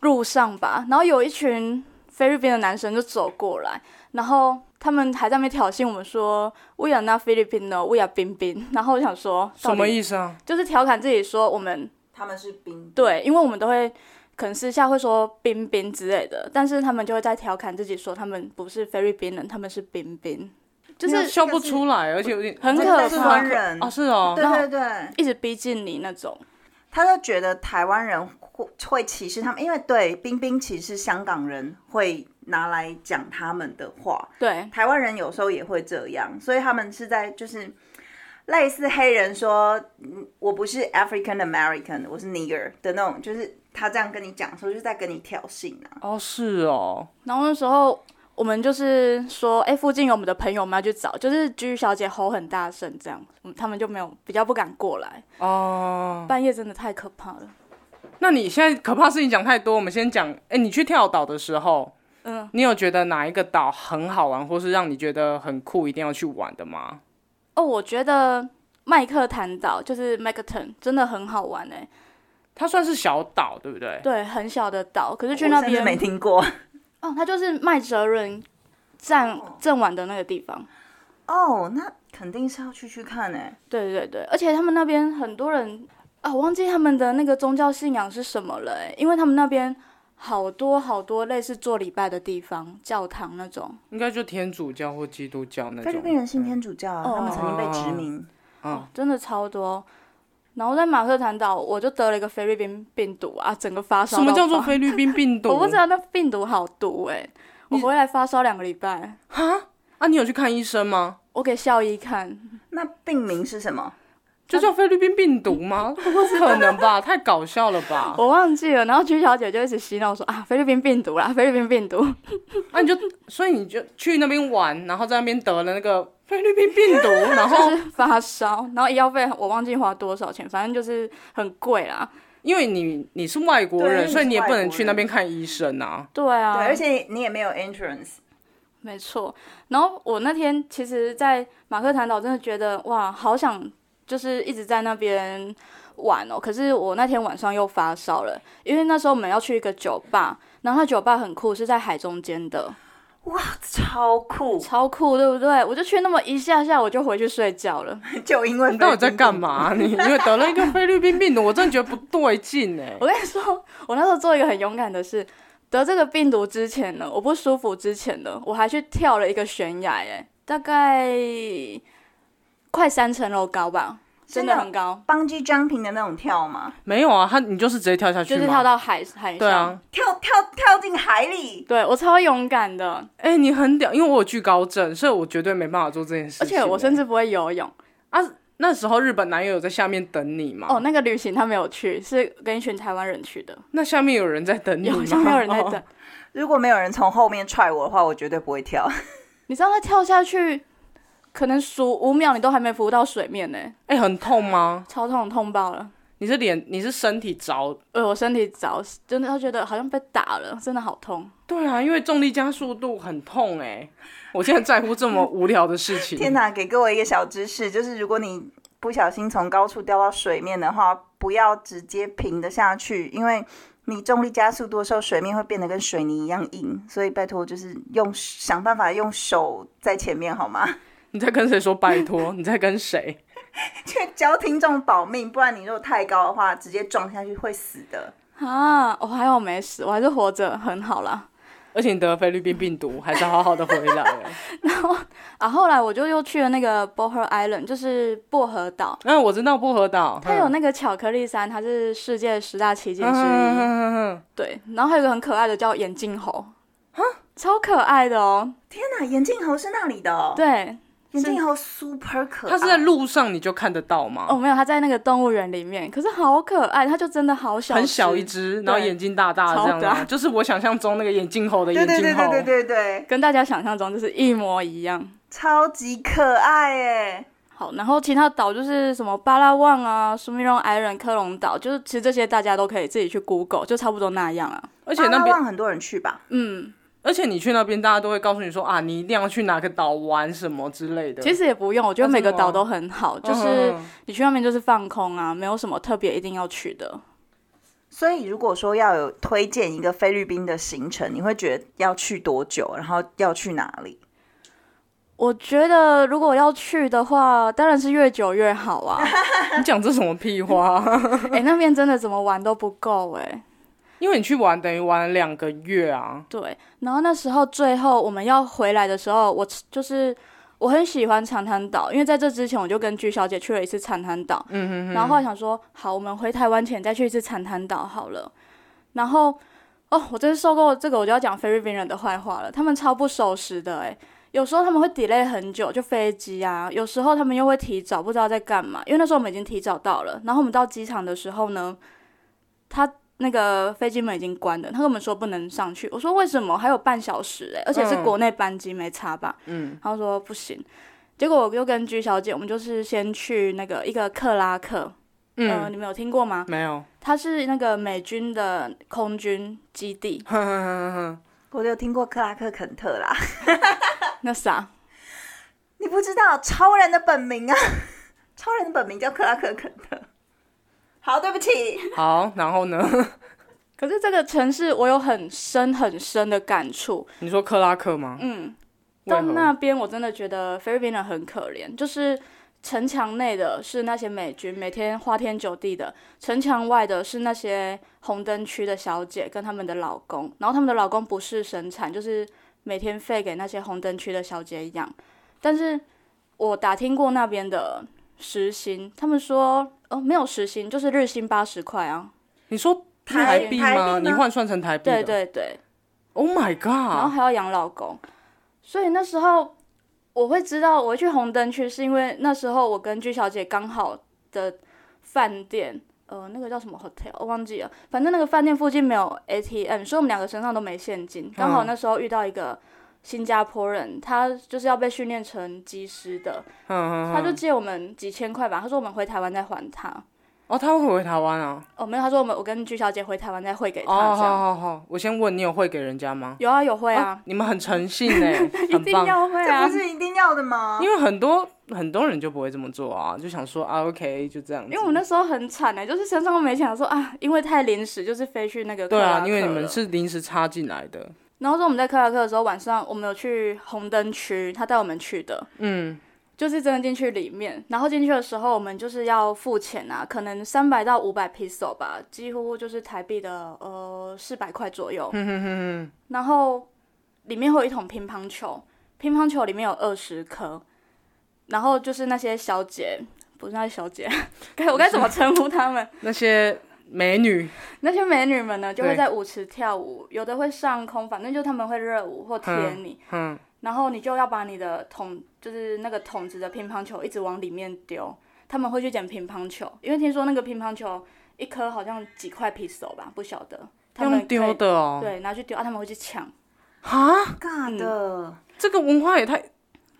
Speaker 2: 路上吧，然后有一群菲律宾的男生就走过来，然后他们还在那边挑衅我们说 “We are not Filipino, we are 冰冰”，然后我想说
Speaker 3: 什么
Speaker 2: 思？
Speaker 3: 意思啊？
Speaker 2: 就是调侃自己说我们
Speaker 1: 他们是冰，
Speaker 2: 对，因为我们都会可能私下会说“冰冰”之类的，但是他们就会在调侃自己说他们不是菲律宾人，他们是冰冰，就
Speaker 3: 没有
Speaker 2: 是
Speaker 3: 笑不出来，而且有点
Speaker 2: 很
Speaker 1: 这
Speaker 2: 可
Speaker 1: 个是
Speaker 2: 怕
Speaker 1: 湾人
Speaker 3: 啊！是哦，
Speaker 1: 对对对，
Speaker 2: 一直逼近你那种。
Speaker 1: 他就觉得台湾人会会歧视他们，因为对冰冰歧视香港人会拿来讲他们的话，
Speaker 2: 对，
Speaker 1: 台湾人有时候也会这样，所以他们是在就是类似黑人说，嗯我不是 African American，我是 Nigger 的那种，就是他这样跟你讲的时候，就是在跟你挑衅啊。
Speaker 3: 哦，是哦，
Speaker 2: 然后那时候我们就是说，哎、附近有我们的朋友，我们要去找。就是居小姐吼很大声，这样，嗯他们就没有比较不敢过来。
Speaker 3: 哦，
Speaker 2: 半夜真的太可怕了。
Speaker 3: 那你现在可怕事情讲太多，我们先讲，哎、你去跳岛的时候，
Speaker 2: 嗯，
Speaker 3: 你有觉得哪一个岛很好玩，或是让你觉得很酷，一定要去玩的吗？
Speaker 2: 哦，我觉得麦克坦岛就是 m a c t o n 真的很好玩哎、
Speaker 3: 它算是小岛，对不对？
Speaker 2: 对，很小的岛，可是去
Speaker 1: 我
Speaker 2: 那
Speaker 1: 甚至
Speaker 2: 边
Speaker 1: 没听过
Speaker 2: 哦，它就是麦哲伦站正晚的那个地方。
Speaker 1: [laughs] 哦，那肯定是要去去看哎、
Speaker 2: 对对对，而且他们那边很多人啊，我忘记他们的那个宗教信仰是什么了、欸，因为他们那边好多好多类似做礼拜的地方，教堂那种。
Speaker 3: 应该就天主教或基督教那
Speaker 1: 菲律宾
Speaker 3: 种。
Speaker 1: 人信天主教啊，
Speaker 2: 哦
Speaker 1: 他们曾经被殖民。
Speaker 3: 嗯，
Speaker 2: 真的超多。然后在马克坦岛，我就得了一个菲律宾病毒啊，整个发烧
Speaker 3: 什
Speaker 2: 到爆。
Speaker 3: 么叫做菲律宾病毒？
Speaker 2: 我不知道那病毒好毒哎、我回来发烧两个礼拜，
Speaker 3: 啊，你有去看医生吗？
Speaker 2: 我给校医看，
Speaker 1: 那病名是什么？
Speaker 3: 就叫菲律宾病毒吗？不可能吧，太搞笑了吧！
Speaker 2: 我忘记了。然后鞠小姐就一直洗脑说啊，菲律宾病毒啦，菲律宾病毒。
Speaker 3: 啊，你就所以你就去那边玩，然后在那边得了那个菲律宾病毒，然后
Speaker 1: 哦
Speaker 2: 就是发烧，然后医药费我忘记花多少钱，反正就是很贵啦。
Speaker 3: 因为你你是外国
Speaker 1: 对因为
Speaker 3: 人，
Speaker 1: 你
Speaker 3: 所以
Speaker 1: 是
Speaker 3: 你也不
Speaker 1: 外
Speaker 3: 能
Speaker 1: 国
Speaker 3: 去那
Speaker 1: 人
Speaker 3: 边看医生啊。
Speaker 2: 对啊，
Speaker 1: 对，而且你也没有 entrance。
Speaker 2: 没错。然后我那天其实，在马克坦岛真的觉得哇，好想就是一直在那边玩哦。可是我那天晚上又发烧了，因为那时候我们要去一个酒吧，然后那酒吧很酷，是在海中间的。
Speaker 1: 超酷，
Speaker 2: 超酷，对不对？我就去那么一下下，我就回去睡觉了。
Speaker 1: [laughs] 就因为
Speaker 3: 你到底在
Speaker 1: 菲律宾
Speaker 3: 干
Speaker 2: [laughs]
Speaker 3: 嘛？你因为得了一个菲律宾病毒，我真的觉得不对劲哎、
Speaker 2: 我跟你说，我那时候做一个很勇敢的事，得这个病毒之前呢，我不舒服之前呢，我还去跳了一个悬崖，哎，大概快三层楼高吧，真的很高，
Speaker 1: bungee jumping 的那种跳吗？
Speaker 3: 没有啊，他你就是直接跳下去
Speaker 2: 就
Speaker 3: 吗？
Speaker 2: 是跳到海海上。
Speaker 3: 对啊，
Speaker 1: 跳跳跳进海里，
Speaker 2: 对我超勇敢的，
Speaker 3: 哎、你很屌，因为我有惧高症，所以我绝对没办法做这件事
Speaker 2: 而
Speaker 3: 情欸、
Speaker 2: 且我甚至不会游泳。
Speaker 3: 那时候日本男友有在下面等你嘛？
Speaker 2: 哦，那个旅行他没有去，是跟一群台湾人去的，
Speaker 3: 那下面有人在等你吗？
Speaker 2: 有像没有人在等
Speaker 3: 哦。
Speaker 1: 如果没有人从后面踹我的话，我绝对不会
Speaker 3: [laughs]
Speaker 1: 跳。
Speaker 2: 你知道他跳下去，可能数五秒你都还没浮到水面呢、
Speaker 3: [laughs] 哎、很痛吗？
Speaker 2: 超痛，痛爆了。
Speaker 3: 你是脸，你是身体着？
Speaker 2: 呃，我身体着，真的，他觉得好像被打了，真的好痛。
Speaker 3: 对啊，因为重力加速度很痛哎、我现在在乎这么无聊的事情。
Speaker 1: 天哪，给各位一个小知识，就是如果你不小心从高处掉到水面的话，不要直接平的下去，因为你重力加速度的时候，水面会变得跟水泥一样硬，所以拜托就是用想办法用手在前面好吗？ [laughs]
Speaker 3: 你在跟谁说拜托？你在跟谁？
Speaker 1: 去教听众保命，不然你如果太高的话，直接撞下去会死的。
Speaker 2: 啊，我还好没死，我还是活着，很好啦。 [laughs]
Speaker 3: 而且你得了菲律宾病毒，还是好好的回来、欸。
Speaker 2: 啊，后来我就又去了那个 Boher Island，就是薄荷岛，
Speaker 3: 嗯，我知道薄荷岛，
Speaker 2: 它有
Speaker 3: 嗯
Speaker 2: 那个巧克力山，它是世界十大奇景
Speaker 3: 嗯
Speaker 2: 之一。
Speaker 3: 嗯嗯嗯
Speaker 2: 对，然后还有一个很可爱的叫眼镜猴，超可爱的哦。
Speaker 1: 天哪，眼镜猴是那里的哦，
Speaker 2: 对，
Speaker 1: 眼镜猴 super 可爱，
Speaker 3: 它是在路上你就看得到吗？
Speaker 2: 哦，没有，它在那个动物园里面，可是好可爱，它就真的好小，
Speaker 3: 很小一，只，然后
Speaker 2: 对
Speaker 3: 眼睛大大的
Speaker 2: 超
Speaker 3: 这样
Speaker 2: 大
Speaker 3: 子，就是我想象中那个眼镜猴的
Speaker 1: 对
Speaker 3: 眼
Speaker 1: 对
Speaker 3: 镜
Speaker 1: 对
Speaker 3: 猴。
Speaker 1: 对对对对，
Speaker 2: 跟大家想象中就是一模一样。
Speaker 1: 超级可爱哎。
Speaker 2: 好，然后其他岛就是什么巴拉望啊、苏米隆 Island、科隆岛，就是其实这些大家都可以自己去 Google，就差不多那样啊。
Speaker 3: 而
Speaker 1: 而
Speaker 3: 且那边，
Speaker 1: 很多人去吧，
Speaker 2: 嗯，
Speaker 3: 而且你去那边，大家都会告诉你说啊，你一定要去哪个岛玩什么之类的。
Speaker 2: 其实也不用，我觉得每个
Speaker 3: 哦真的吗
Speaker 2: 岛都很好，就
Speaker 3: 嗯
Speaker 2: 是
Speaker 3: 嗯嗯
Speaker 2: 你去那边就是放空啊，没有什么特别一定要去的。
Speaker 1: 所以如果说要有推荐一个菲律宾的行程，你会觉得要去多久，然后要去哪里？
Speaker 2: 我觉得如果要去的话，当然是越久越好
Speaker 3: [laughs]
Speaker 2: 啊。
Speaker 3: 嗯你讲这什么
Speaker 2: [laughs]
Speaker 3: 屁话？
Speaker 2: 哎、那边真的怎么玩都不够哎、
Speaker 3: 因为你去玩等于玩了两个月啊。
Speaker 2: 对，然后那时候最后我们要回来的时候，我就是我很喜欢长滩岛，因为在这之前我就跟鞠小姐去了一次长滩岛，嗯嗯，然后后来想说，好，我们回台湾前再去一次长滩岛好了。然后哦，我真是受够这个，我就要讲菲律宾人的坏话了，他们超不守时的诶、有时候他们会 delay 很久，就飞机啊；有时候他们又会提早，不知道在干嘛。因为那时候我们已经提早到了，然后我们到机场的时候呢，他那个飞机门已经关了，他跟我们说不能上去。我说为什么？还有半小时诶、而且是
Speaker 3: 嗯
Speaker 2: 国内班机没差吧？
Speaker 3: 嗯，
Speaker 2: 他说不行。结果我就跟鞠小姐，我们就是先去那个一个克拉克，嗯、
Speaker 3: 嗯，
Speaker 2: 你们有听过吗？
Speaker 3: 没有。
Speaker 2: 它是那个美军的空军基地。
Speaker 3: 哼哼哼哼
Speaker 1: 我有听过克拉克肯特啦， [laughs]
Speaker 2: 那啥，
Speaker 1: 你不知道超人的本名啊？ [laughs] 超人的本名叫克拉克肯特。好，对不起，
Speaker 3: 哼好，然后呢？
Speaker 2: [laughs] 可是这个城市我有很深很深的感触。
Speaker 3: 你说克拉克吗？
Speaker 2: 嗯，
Speaker 3: 为
Speaker 2: 到
Speaker 3: 何
Speaker 2: 那边我真的觉得菲律宾人很可怜，就是城墙内的是那些美军每天花天酒地的，城墙外的是那些红灯区的小姐跟他们的老公，然后他们的老公不是生产，就是每天费给那些红灯区的小姐养。但是我打听过那边的时薪，他们说哦没有时薪，就是日薪八十块啊。
Speaker 3: 你说日
Speaker 1: 台
Speaker 3: 台币
Speaker 1: 台币吗
Speaker 3: 吗？你换算成台币？
Speaker 2: 对。对对，
Speaker 3: Oh my
Speaker 2: 然后
Speaker 3: god！
Speaker 2: 还要养老公，所以那时候我会知道我会去红灯区，是因为那时候我跟鞠小姐刚好的饭店，呃，那个叫什么 hotel 我忘记了，反正那个饭店附近没有 ATM，所以我们两个身上都没现金。刚
Speaker 3: 嗯
Speaker 2: 好那时候遇到一个新加坡人，他就是要被训练成机师的，
Speaker 3: 嗯嗯
Speaker 2: 他就
Speaker 3: 嗯。
Speaker 2: 借我们几千块吧，他说我们回台湾再还他。
Speaker 3: 哦，他会回台湾啊？
Speaker 2: 哦，没有，他说我们我跟鞠小姐回台湾再汇给他
Speaker 3: 哦，好
Speaker 2: 这样。
Speaker 3: 好好，我先问你有汇给人家吗？
Speaker 2: 有啊，有汇啊，
Speaker 3: 你们很诚信哎，
Speaker 2: [laughs] 一
Speaker 3: 很
Speaker 2: 定
Speaker 3: 棒。
Speaker 2: 要汇啊
Speaker 1: 这不。是一定要的吗？
Speaker 3: 因为很多很多人就不会这么做啊，就想说啊，OK，就这样子。
Speaker 2: 因为我们那时候很惨呢，就是身上都没钱，说啊，因为太临时，就是飞去那个克
Speaker 3: 对
Speaker 2: 拉克
Speaker 3: 啊，因为你们
Speaker 2: 了
Speaker 3: 是临时插进来的，
Speaker 2: 然后说我们在克拉克的时候，晚上我们有去红灯区，他带我们去的，
Speaker 3: 嗯，
Speaker 2: 就是真的进去里面。然后进去的时候，我们就是要付钱啊，可能三百到五百 peso 吧，几乎就是台币的呃四百块左右。
Speaker 3: 哼哼哼
Speaker 2: 然后里面会有一桶乒乓球，乒乓球里面有二十颗，然后就是那些小姐，不是那些小姐， [laughs] 该我该怎么称呼她们？
Speaker 3: 哼，那些美女，
Speaker 2: 那些美女们呢，就会
Speaker 3: 对
Speaker 2: 在舞池跳舞，有的会上空，反正就他们会热舞或贴你，
Speaker 3: 嗯，
Speaker 2: 然后你就要把你的桶，就是那个桶子的乒乓球一直往里面丢。他们会去捡乒乓球，因为听说那个乒乓球一颗好像几块皮手吧，不晓得。他们
Speaker 3: 用丢
Speaker 2: 可
Speaker 3: 的
Speaker 2: 以，
Speaker 3: 哦，
Speaker 2: 对，拿去丢啊，他们会去抢，
Speaker 3: 啊，
Speaker 1: 尬的，
Speaker 3: 这个文化也太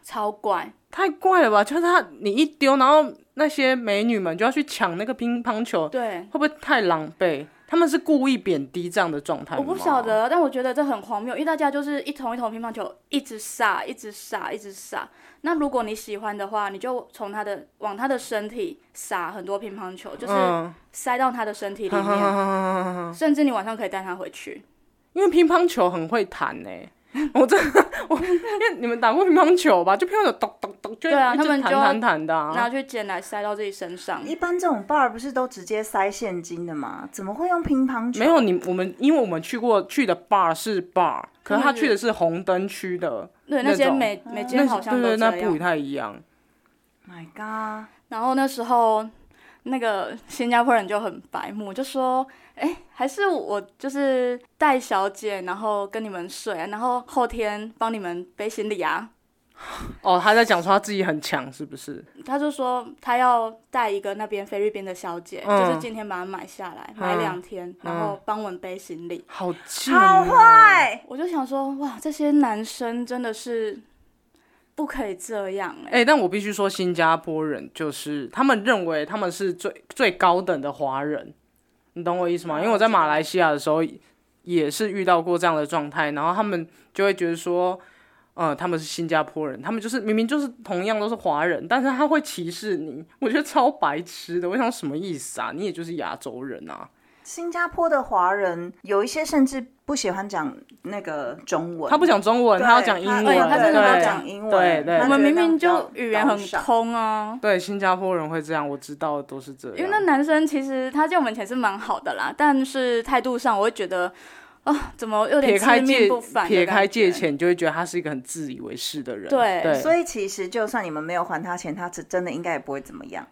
Speaker 2: 超怪。
Speaker 3: 太怪了吧？就是他你一丢，然后那些美女们就要去抢那个乒乓球，
Speaker 2: 对，
Speaker 3: 会不会太狼狈？他们是故意贬低这样的状态
Speaker 2: 我
Speaker 3: 吗？
Speaker 2: 不晓
Speaker 3: [laughs]
Speaker 2: 得，但我觉得这很荒谬，因为大家就是一桶一桶乒乓球一直撒，一直撒，一直撒。那如果你喜欢的话，你就从他的往他的身体撒很多乒乓球，就是
Speaker 3: 嗯，
Speaker 2: 塞到他的身体里
Speaker 3: 哈哈哈
Speaker 2: 面，
Speaker 3: 哈哈哈
Speaker 2: 甚至你晚上可以带他回去。
Speaker 3: 因为乒乓球很会弹呢、 [laughs] 我真的，我因为你们打过乒乓球吧？就乒乓球咚咚咚，就
Speaker 2: 对啊
Speaker 3: 一直
Speaker 2: 他们
Speaker 3: 弹
Speaker 2: 就
Speaker 3: 弹弹的、
Speaker 2: 拿
Speaker 3: 啊。
Speaker 2: 去捡来塞到自己身上，
Speaker 1: 一般这种 bar 不是都直接塞现金的吗？怎么会用乒乓球？
Speaker 3: 没有你，我们因为我们去过去的 bar 是 bar，可是
Speaker 2: 他
Speaker 3: 他
Speaker 2: 们是
Speaker 3: 去的是红灯区的，
Speaker 2: 对，
Speaker 3: 那
Speaker 2: 那些
Speaker 3: 种嗯
Speaker 2: 每每
Speaker 3: 那
Speaker 2: 间好
Speaker 3: 是
Speaker 2: 像
Speaker 3: 对
Speaker 2: 都
Speaker 3: 对，那
Speaker 2: 这
Speaker 3: 不
Speaker 2: 样。
Speaker 3: 太一样。
Speaker 1: ，My God，
Speaker 2: 然后那时候那个新加坡人就很白目，就说：“哎，还是我就是带小姐，然后跟你们睡啊，然后后天帮你们背行李啊。
Speaker 3: 哦，他在讲说他自己很强，是不是？”
Speaker 2: 他就说他要带一个那边菲律宾的小姐，
Speaker 3: 嗯
Speaker 2: 就是今天把它买下来，买两
Speaker 1: 嗯
Speaker 2: 天，然后帮我们背行李。
Speaker 3: 好贱、哦
Speaker 1: 好坏，
Speaker 2: 我就想说，哇，这些男生真的是不可以这样哎、
Speaker 3: 哎、但我必须说，新加坡人就是他们认为他们是最最高等的华人，你懂我意思吗？因为我在马来西亚的时候也是遇到过这样的状态，然后他们就会觉得说，呃，他们是新加坡人，他们就是明明就是同样都是华人，但是他会歧视你，我觉得超白痴的。我想什么意思啊？你也就是亚洲人啊，
Speaker 1: 新加坡的华人有一些甚至不喜欢讲那个中文，
Speaker 3: 他不讲中文，
Speaker 1: 对
Speaker 3: 哦他要讲英文，
Speaker 2: 哎呀他真的不
Speaker 3: 对
Speaker 2: 要
Speaker 1: 讲英文他
Speaker 3: 对对
Speaker 1: 觉
Speaker 2: 我
Speaker 1: 得
Speaker 2: 们
Speaker 3: 对
Speaker 2: 明
Speaker 1: 那样
Speaker 2: 明
Speaker 1: 比较
Speaker 2: 就语言很
Speaker 1: 高尚
Speaker 2: 通啊。
Speaker 3: 对，新加坡人会这样，我知道的都是这样，
Speaker 2: 因为那男生其实他见我们前是蛮好的啦，但是态度上我会觉得，啊、怎么有点
Speaker 3: 撇开
Speaker 2: 吃
Speaker 3: 界
Speaker 2: 命不凡的
Speaker 3: 撇开
Speaker 2: 感觉
Speaker 3: 界，限，你就会觉得他是一个很自以为是的人。
Speaker 2: 对
Speaker 1: 所以其实就算你们没有还他钱，他真真的应该也不会怎么样。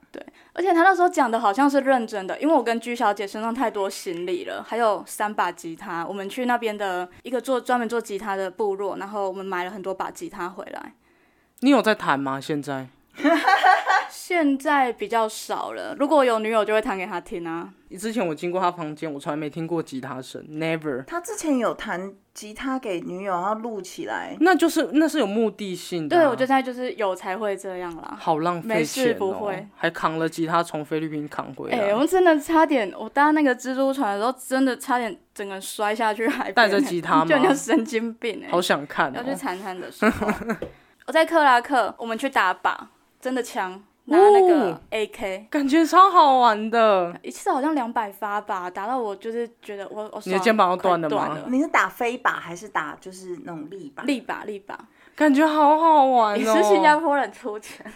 Speaker 2: 而且他那时候讲的好像是认真的，因为我跟居小姐身上太多行李了，还有三把吉他，我们去那边的一个做专门做吉他的部落，然后我们买了很多把吉他回来，
Speaker 3: 你有在谈吗？现在
Speaker 2: 现在比较少了，如果有女友就会弹给他听啊，
Speaker 3: 之前我经过他房间，我从来没听过吉他声，never。
Speaker 1: 他之前有弹吉他给女友，然后录起来，
Speaker 3: 那就是那是有目的性的啊、
Speaker 2: 对，我觉得现在就是有才会这样啦。
Speaker 3: 好浪费
Speaker 2: 没事
Speaker 3: 钱哦，
Speaker 2: 不会
Speaker 3: 还扛了吉他从菲律宾扛回来，
Speaker 2: 哎、我们真的差点，我搭那个蜘蛛船的时候，真的差点整个人摔下去海边。
Speaker 3: 带着吉他
Speaker 2: [laughs]
Speaker 3: 吗
Speaker 2: 就你就神经病哎、
Speaker 3: 好想看
Speaker 2: 要去
Speaker 3: 哦。
Speaker 2: 铲铲的时候，我在克拉克，我们去打靶，真的枪，拿那个
Speaker 3: 哦
Speaker 2: AK，、
Speaker 3: 感觉超好玩的，
Speaker 2: 一次好像两百发吧，打到我就是觉得我我
Speaker 3: 你的肩膀要
Speaker 2: 断
Speaker 3: 断了吗
Speaker 2: 断了
Speaker 1: 你是打飞靶还是打就是那种力靶？
Speaker 2: 立靶立靶，
Speaker 3: 感觉好好玩
Speaker 2: 你
Speaker 3: 哦。
Speaker 2: 是新加坡人出钱，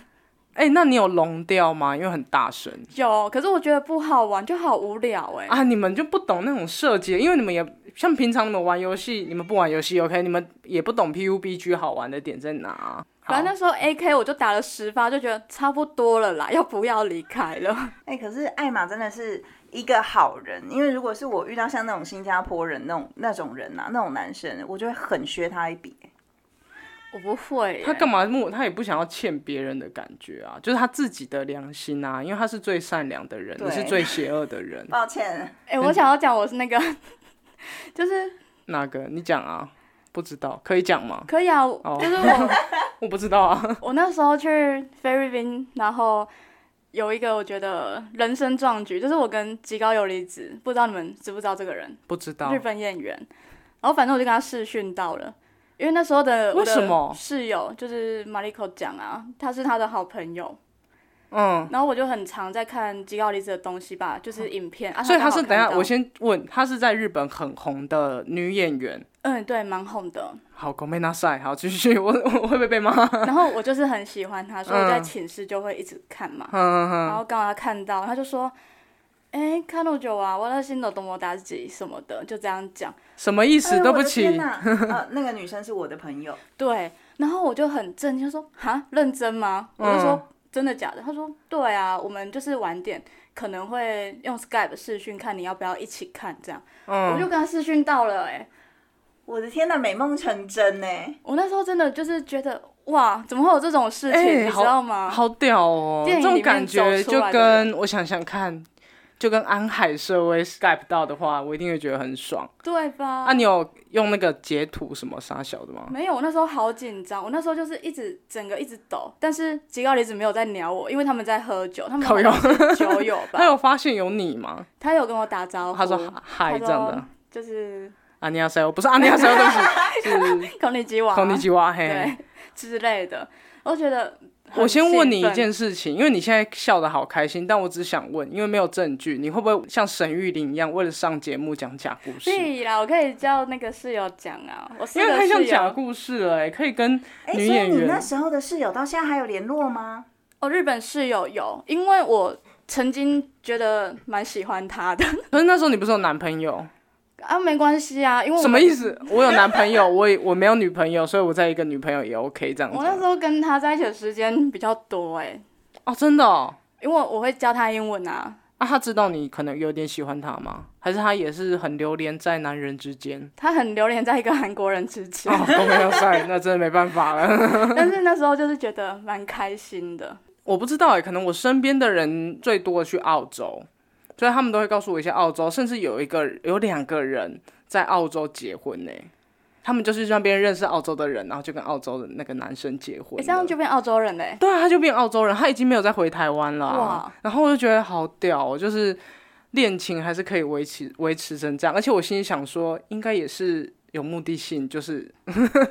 Speaker 3: 哎、那你有聋掉吗？因为很大声
Speaker 2: 有，可是我觉得不好玩，就好无聊哎、
Speaker 3: 啊，你们就不懂那种设计，因为你们也像平常你们玩游戏，你们不玩游戏，OK，你们也不懂 PUBG 好玩的点在哪啊。好
Speaker 2: 反正那时候 AK 我就打了十发，就觉得差不多了啦，要不要离开了？
Speaker 3: [laughs]
Speaker 1: 哎、可是艾玛真的是一个好人，因为如果是我遇到像那种新加坡人那种那种人啊，那种男生，我就会很削他一笔。
Speaker 2: 我不会耶、
Speaker 3: 他干嘛默？他也不想要欠别人的感觉啊，就是他自己的良心啊，因为他是最善良的人，
Speaker 1: 对
Speaker 3: 你是最邪恶的人。
Speaker 1: 抱歉，
Speaker 2: 哎、我想要讲我是那个， [laughs] 就是
Speaker 3: 那个？你讲啊，不知道，可以讲吗？
Speaker 2: 可以啊，
Speaker 3: 哦
Speaker 2: 就是我
Speaker 3: 我不知道啊。
Speaker 2: 我那时候去菲律宾，然后有一个我觉得人生壮举，就是我跟吉高由里子，不知道你们知不知道这个人，
Speaker 3: 不知道啊
Speaker 2: 日。本演员，然后反正我就跟他视讯到了。因为那时候的我的
Speaker 3: 为什么
Speaker 2: 室友就是 Mariko 讲啊，他是他的好朋友，
Speaker 3: 嗯，
Speaker 2: 然后我就很常在看吉奥利斯的东西吧，就是影片啊。
Speaker 3: 所以她
Speaker 2: 她
Speaker 3: 是等一
Speaker 2: 一
Speaker 3: 下我，先问，她是在日本很红的女演员。
Speaker 2: 嗯，对，蛮红的。
Speaker 3: 好，公妹那赛，好，继续，我我会不会被骂？ [laughs]
Speaker 2: 然后我就是很喜欢他，所以我在
Speaker 3: 嗯
Speaker 2: 寝室就会一直看嘛。
Speaker 3: 嗯
Speaker 2: 然
Speaker 3: 嗯
Speaker 2: 后刚好他看到，他就说：“哎、看到久啊，我那心都懂我打几什么的，就这样讲。
Speaker 3: 什么意思？
Speaker 1: 哎
Speaker 3: 对
Speaker 1: 我
Speaker 3: 不
Speaker 1: 的天
Speaker 3: 起，
Speaker 1: 哪呃，那个女生是我的朋友，”
Speaker 2: 对，然后我就很震惊，说：“哈，认真吗？”
Speaker 3: 嗯
Speaker 2: 我就说：“真的假的？”他说：“对啊，我们就是晚点可能会用 Skype 视讯，看你要不要一起看这样。我就
Speaker 3: 嗯，
Speaker 2: 跟他视讯到了、哎，
Speaker 1: 我的天哪，美梦成真呢！
Speaker 2: 我那时候真的就是觉得哇，怎么会有这种事情，
Speaker 3: 哎
Speaker 2: 你
Speaker 3: 好
Speaker 2: 知道吗？
Speaker 3: 好屌哦，
Speaker 2: 啊电影
Speaker 3: 这种
Speaker 2: 里面
Speaker 3: 感觉
Speaker 2: 走
Speaker 3: 就
Speaker 2: 出来的
Speaker 3: 跟我想想看，就跟安海社会 Skype 到的话，我一定会觉得很爽。
Speaker 2: 对吧？
Speaker 3: 啊，你有用那个截图什么傻小的吗？
Speaker 2: 没有，我那时候好紧张，我那时候就是一直整个一直抖，但是吉高离子没有在鸟我，因为他们在喝酒，他们
Speaker 3: 靠腰
Speaker 2: 好像是酒友 [laughs]
Speaker 3: 他
Speaker 2: 吧，
Speaker 3: 有发现有你吗？
Speaker 2: 他有跟哦我打招呼，
Speaker 3: 他说嗨
Speaker 2: 他
Speaker 3: 这
Speaker 2: 说
Speaker 3: 样的，
Speaker 2: 就是
Speaker 3: 阿尼亚塞，我不是阿尼亚塞，
Speaker 2: [laughs]
Speaker 3: 对不起，是
Speaker 2: 嗯孔里吉瓦，
Speaker 3: 孔尼基哇
Speaker 2: 啊对
Speaker 3: 嘿。
Speaker 2: 之类的，我觉得很
Speaker 3: [laughs] 我先问你
Speaker 2: 兴
Speaker 3: 一
Speaker 2: 奋，
Speaker 3: 件事情，因为你现在笑的好开心，但我只想问，因为没有证据，你会不会像沈玉玲一样，为了上节目讲假故事？
Speaker 2: 屁啦，我可以叫那个室友讲啊，我四
Speaker 3: 因为
Speaker 2: 个
Speaker 3: 太像
Speaker 2: 室
Speaker 3: 假
Speaker 2: 友，
Speaker 3: 故事了、欸，可以跟
Speaker 1: 哎，所
Speaker 3: 女
Speaker 1: 以
Speaker 3: 演
Speaker 1: 你那
Speaker 3: 员。
Speaker 1: 时候的室友到现在还有联络吗？
Speaker 2: 哦，日本室友有，因为我曾经觉得蛮喜欢他的
Speaker 3: 可是那时候你不是有男朋友？
Speaker 2: 啊，没关系啊，因为我
Speaker 3: [laughs] 什么
Speaker 2: 们
Speaker 3: 意思？我有男朋友， [laughs] 我也我没有女朋友，所以我在一个女朋友也 OK 这样子
Speaker 2: 我那时
Speaker 3: 啊。
Speaker 2: 候跟他在一起的时间比较多哎、
Speaker 3: 哦，真的哦。
Speaker 2: 因为我会教他英文啊，
Speaker 3: 啊，他知道你可能有点喜欢他吗？还是他也是很流连在男人之
Speaker 2: [laughs]
Speaker 3: 间？
Speaker 2: 他很流连在一个韩国人之间，
Speaker 3: 哦，都没有赛，那真的没办法了。
Speaker 2: [laughs]
Speaker 3: [laughs]
Speaker 2: 但是那时候就是觉得蛮开心的。
Speaker 3: 我不知道哎、可能我身边的人最多去澳洲，所以他们都会告诉我一些澳洲，甚至有一个有两个人在澳洲结婚呢、他们就是去那边认识澳洲的人，然后就跟澳洲的那个男生结婚
Speaker 2: 诶
Speaker 3: 了。
Speaker 2: 这样就变澳洲人嘞、
Speaker 3: 对啊，他就变澳洲人，他已经没有再回台湾了啊、
Speaker 2: 哇
Speaker 3: 然后我就觉得好屌、哦，就是恋情还是可以维持维持成这样，而且我心里想说，应该也是有目的性，就是 [laughs]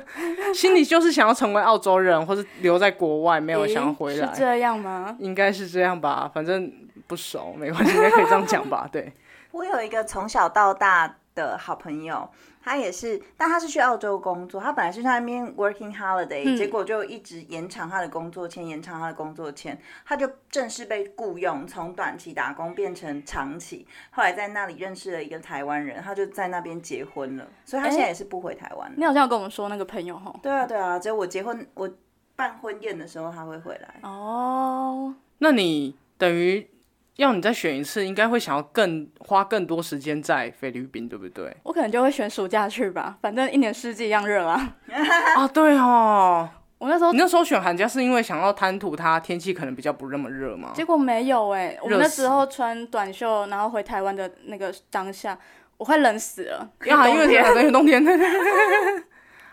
Speaker 3: 心里就是想要成为澳洲人，或是留在国外，没有
Speaker 2: 诶
Speaker 3: 想要回
Speaker 2: 是
Speaker 3: 来，
Speaker 2: 这样吗？
Speaker 3: 应该是这样吧，反正不熟没关系，应该可以这样
Speaker 2: [laughs]
Speaker 3: 讲吧，对，
Speaker 1: 我有一个从小到大的好朋友，他也是，但他是去澳洲工作，他本来是在那边 working holiday，、
Speaker 2: 嗯
Speaker 1: 结果就一直延长他的工作签，延长他的工作签，他就正式被雇佣，从短期打工变成长期。后来在那里认识了一个台湾人，他就在那边结婚了，所以他
Speaker 2: 哎
Speaker 1: 现在也是不回台湾了。
Speaker 2: 你好像有跟我们说那个朋友吼。
Speaker 1: 对啊，对啊，只有我结婚，我办婚宴的时候他会回来。
Speaker 2: 哦，
Speaker 3: 那你等于。要你再选一次，应该会想要更花更多时间在菲律宾，对不对？
Speaker 2: 我可能就会选暑假去吧，反正一年四季一样热啊。
Speaker 3: 啊，对哦，
Speaker 2: 我那时候
Speaker 3: 你那时候选寒假是因为想要贪图它天气可能比较不那么热吗？
Speaker 2: 结果没有哎、我们
Speaker 3: 哦热
Speaker 2: 那
Speaker 3: 死
Speaker 2: 时候穿短袖，然后回台湾的那个当下，我快冷死了。
Speaker 3: 啊，因为
Speaker 2: 冬天
Speaker 3: 反正有冬天。 [laughs]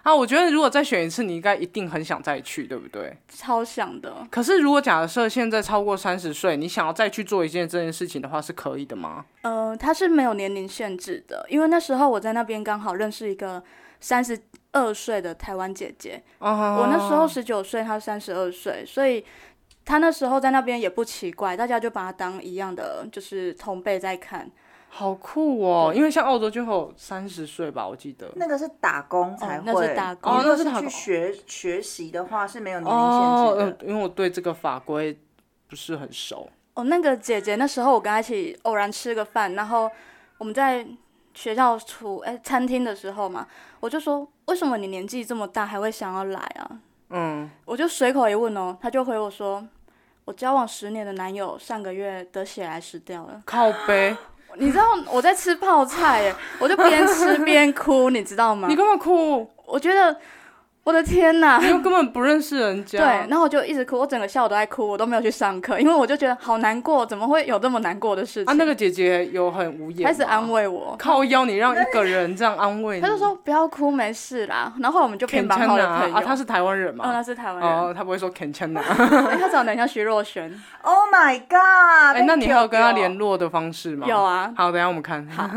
Speaker 3: 啊，我觉得如果再选一次，你应该一定很想再去，对不对？
Speaker 2: 超想的，
Speaker 3: 可是如果假设现在超过三十岁，你想要再去做一件这件事情的话，是可以的吗？
Speaker 2: 呃，它是没有年龄限制的，因为那时候我在那边刚好认识一个三十二岁的台湾姐姐，
Speaker 3: 哦，
Speaker 2: 我那时候十九岁，她三十二岁，所以她那时候在那边也不奇怪，大家就把她当一样的就是同辈在看。
Speaker 3: 好酷哦，因为像澳洲就有三十岁吧，我记得。
Speaker 1: 那个是打工才
Speaker 2: 哦
Speaker 1: 会，
Speaker 2: 那是打工
Speaker 3: 哦
Speaker 1: 你如果
Speaker 3: 那是打
Speaker 1: 去
Speaker 3: 工
Speaker 1: 学学习的话是没有年龄
Speaker 3: 哦
Speaker 1: 限，制的。
Speaker 3: 呃，因为我对这个法规不是很熟。
Speaker 2: 哦，那个姐姐那时候我跟她一起偶然吃个饭，然后我们在学校厨哎、餐厅的时候嘛，我就说为什么你年纪这么大还会想要来啊？
Speaker 3: 嗯，
Speaker 2: 我就随口一问哦，她就回我说。我交往十年的男友上个月得血癌死掉了，
Speaker 3: 靠
Speaker 2: [laughs]
Speaker 3: 背，
Speaker 2: 你知道我在吃泡菜耶，我就边吃边哭，你知道吗
Speaker 3: 你？干嘛哭？
Speaker 2: 我觉得我的天哪，
Speaker 3: 你又根本不认识人
Speaker 2: 对，
Speaker 3: 家。
Speaker 2: 然后我就一直哭，我整个下午都在哭，我都没有去上课，因为我就觉得好难过，怎么会有这么难过的事情？
Speaker 3: 啊，那个姐姐有很无言，
Speaker 2: 开始安，慰我，
Speaker 3: 靠腰，你让一个人这样安慰你，
Speaker 2: 他就说不要哭，没事啦。然后后来我们就变
Speaker 3: Can
Speaker 2: 蛮好的朋
Speaker 3: Chana
Speaker 2: 友。
Speaker 3: 嗯啊，他是台湾人
Speaker 2: 哦，
Speaker 3: 嘛，
Speaker 2: 他是台湾人，
Speaker 3: 哦，他不会说啊
Speaker 2: [laughs]
Speaker 3: Can Chana，
Speaker 2: 因为他长得很像徐若瑄。
Speaker 1: Oh my god！
Speaker 3: 哎，那你还有跟他联
Speaker 1: 络？
Speaker 3: 络的方式吗？
Speaker 2: 有，啊，
Speaker 3: [laughs] 好，等一下我们看，好，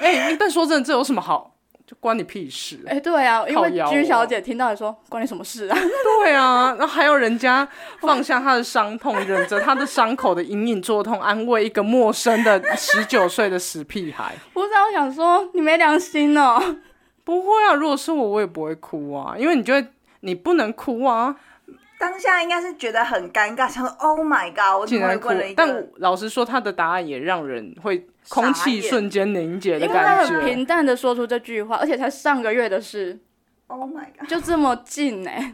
Speaker 3: 哎，但说真的，这有什么好？就关你屁事。
Speaker 2: 哎、对啊，因
Speaker 3: 靠
Speaker 2: 为
Speaker 3: 腰哦
Speaker 2: G 小姐听到你说关你什么事啊？ [laughs]
Speaker 3: 对啊，然后还有人家放下他的伤痛，忍着他的伤口的隐隐作痛，安慰一个陌生的十九岁的死屁孩。
Speaker 2: 不是啊，我想说你没良心
Speaker 3: [laughs]
Speaker 2: 哦。
Speaker 3: 不会啊，如果是我，我也不会哭啊，因为你就会，你不能哭啊，
Speaker 1: 当下应该是觉得很尴尬，想说 Oh my God，我怎
Speaker 3: 竟
Speaker 1: 么会
Speaker 3: 然哭
Speaker 1: 问了一。
Speaker 3: 但
Speaker 1: 个
Speaker 3: 老实说，他的答案也让人会
Speaker 1: 傻
Speaker 3: 空气
Speaker 1: 眼
Speaker 3: 瞬间凝结
Speaker 2: 因
Speaker 3: 的
Speaker 2: 为他
Speaker 3: 感
Speaker 2: 很
Speaker 3: 觉。
Speaker 2: 平淡的说出这句话，而且才上个月的事，
Speaker 1: Oh my God？
Speaker 2: 就这么近哎、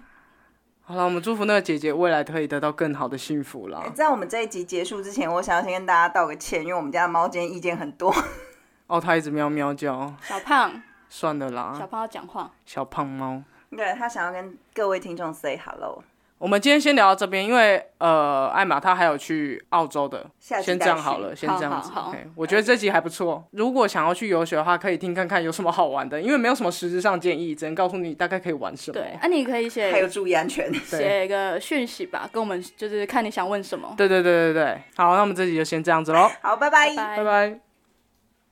Speaker 3: 好了，我们祝福那个姐姐未来可以得到更好的幸福啦。
Speaker 1: 在我们这一集结束之前，我想要先跟大家道个歉，因为我们家的猫今天意见很多。 [laughs]
Speaker 3: 哦，它一直喵喵叫，
Speaker 2: 小胖，
Speaker 3: 算了
Speaker 2: 小
Speaker 3: 啦，
Speaker 2: 胖要讲话，
Speaker 3: 小胖猫。
Speaker 1: 对，它想要跟各位听众 say hello。
Speaker 3: 我们今天先聊到这边，因为呃，艾玛她还有去澳洲的，
Speaker 1: 下集
Speaker 3: 先这
Speaker 1: 再
Speaker 3: 样好
Speaker 1: 续
Speaker 3: 了，先
Speaker 2: 好
Speaker 3: 这样子。
Speaker 2: 好好
Speaker 3: OK，我觉得这集还不错。如果想要去游学的话，可以听看看有什么好玩的，因为没有什么实质上建议，只能告诉你大概可以玩什么。
Speaker 2: 对，啊，你可以
Speaker 1: 还有
Speaker 2: 写
Speaker 1: 注意安全。
Speaker 2: 写一个讯息吧，跟我们就是看你想问什么，
Speaker 3: 对对对对对，好，那我们这集就先这样子喽，
Speaker 1: 好，拜拜。
Speaker 2: 拜
Speaker 3: 拜拜。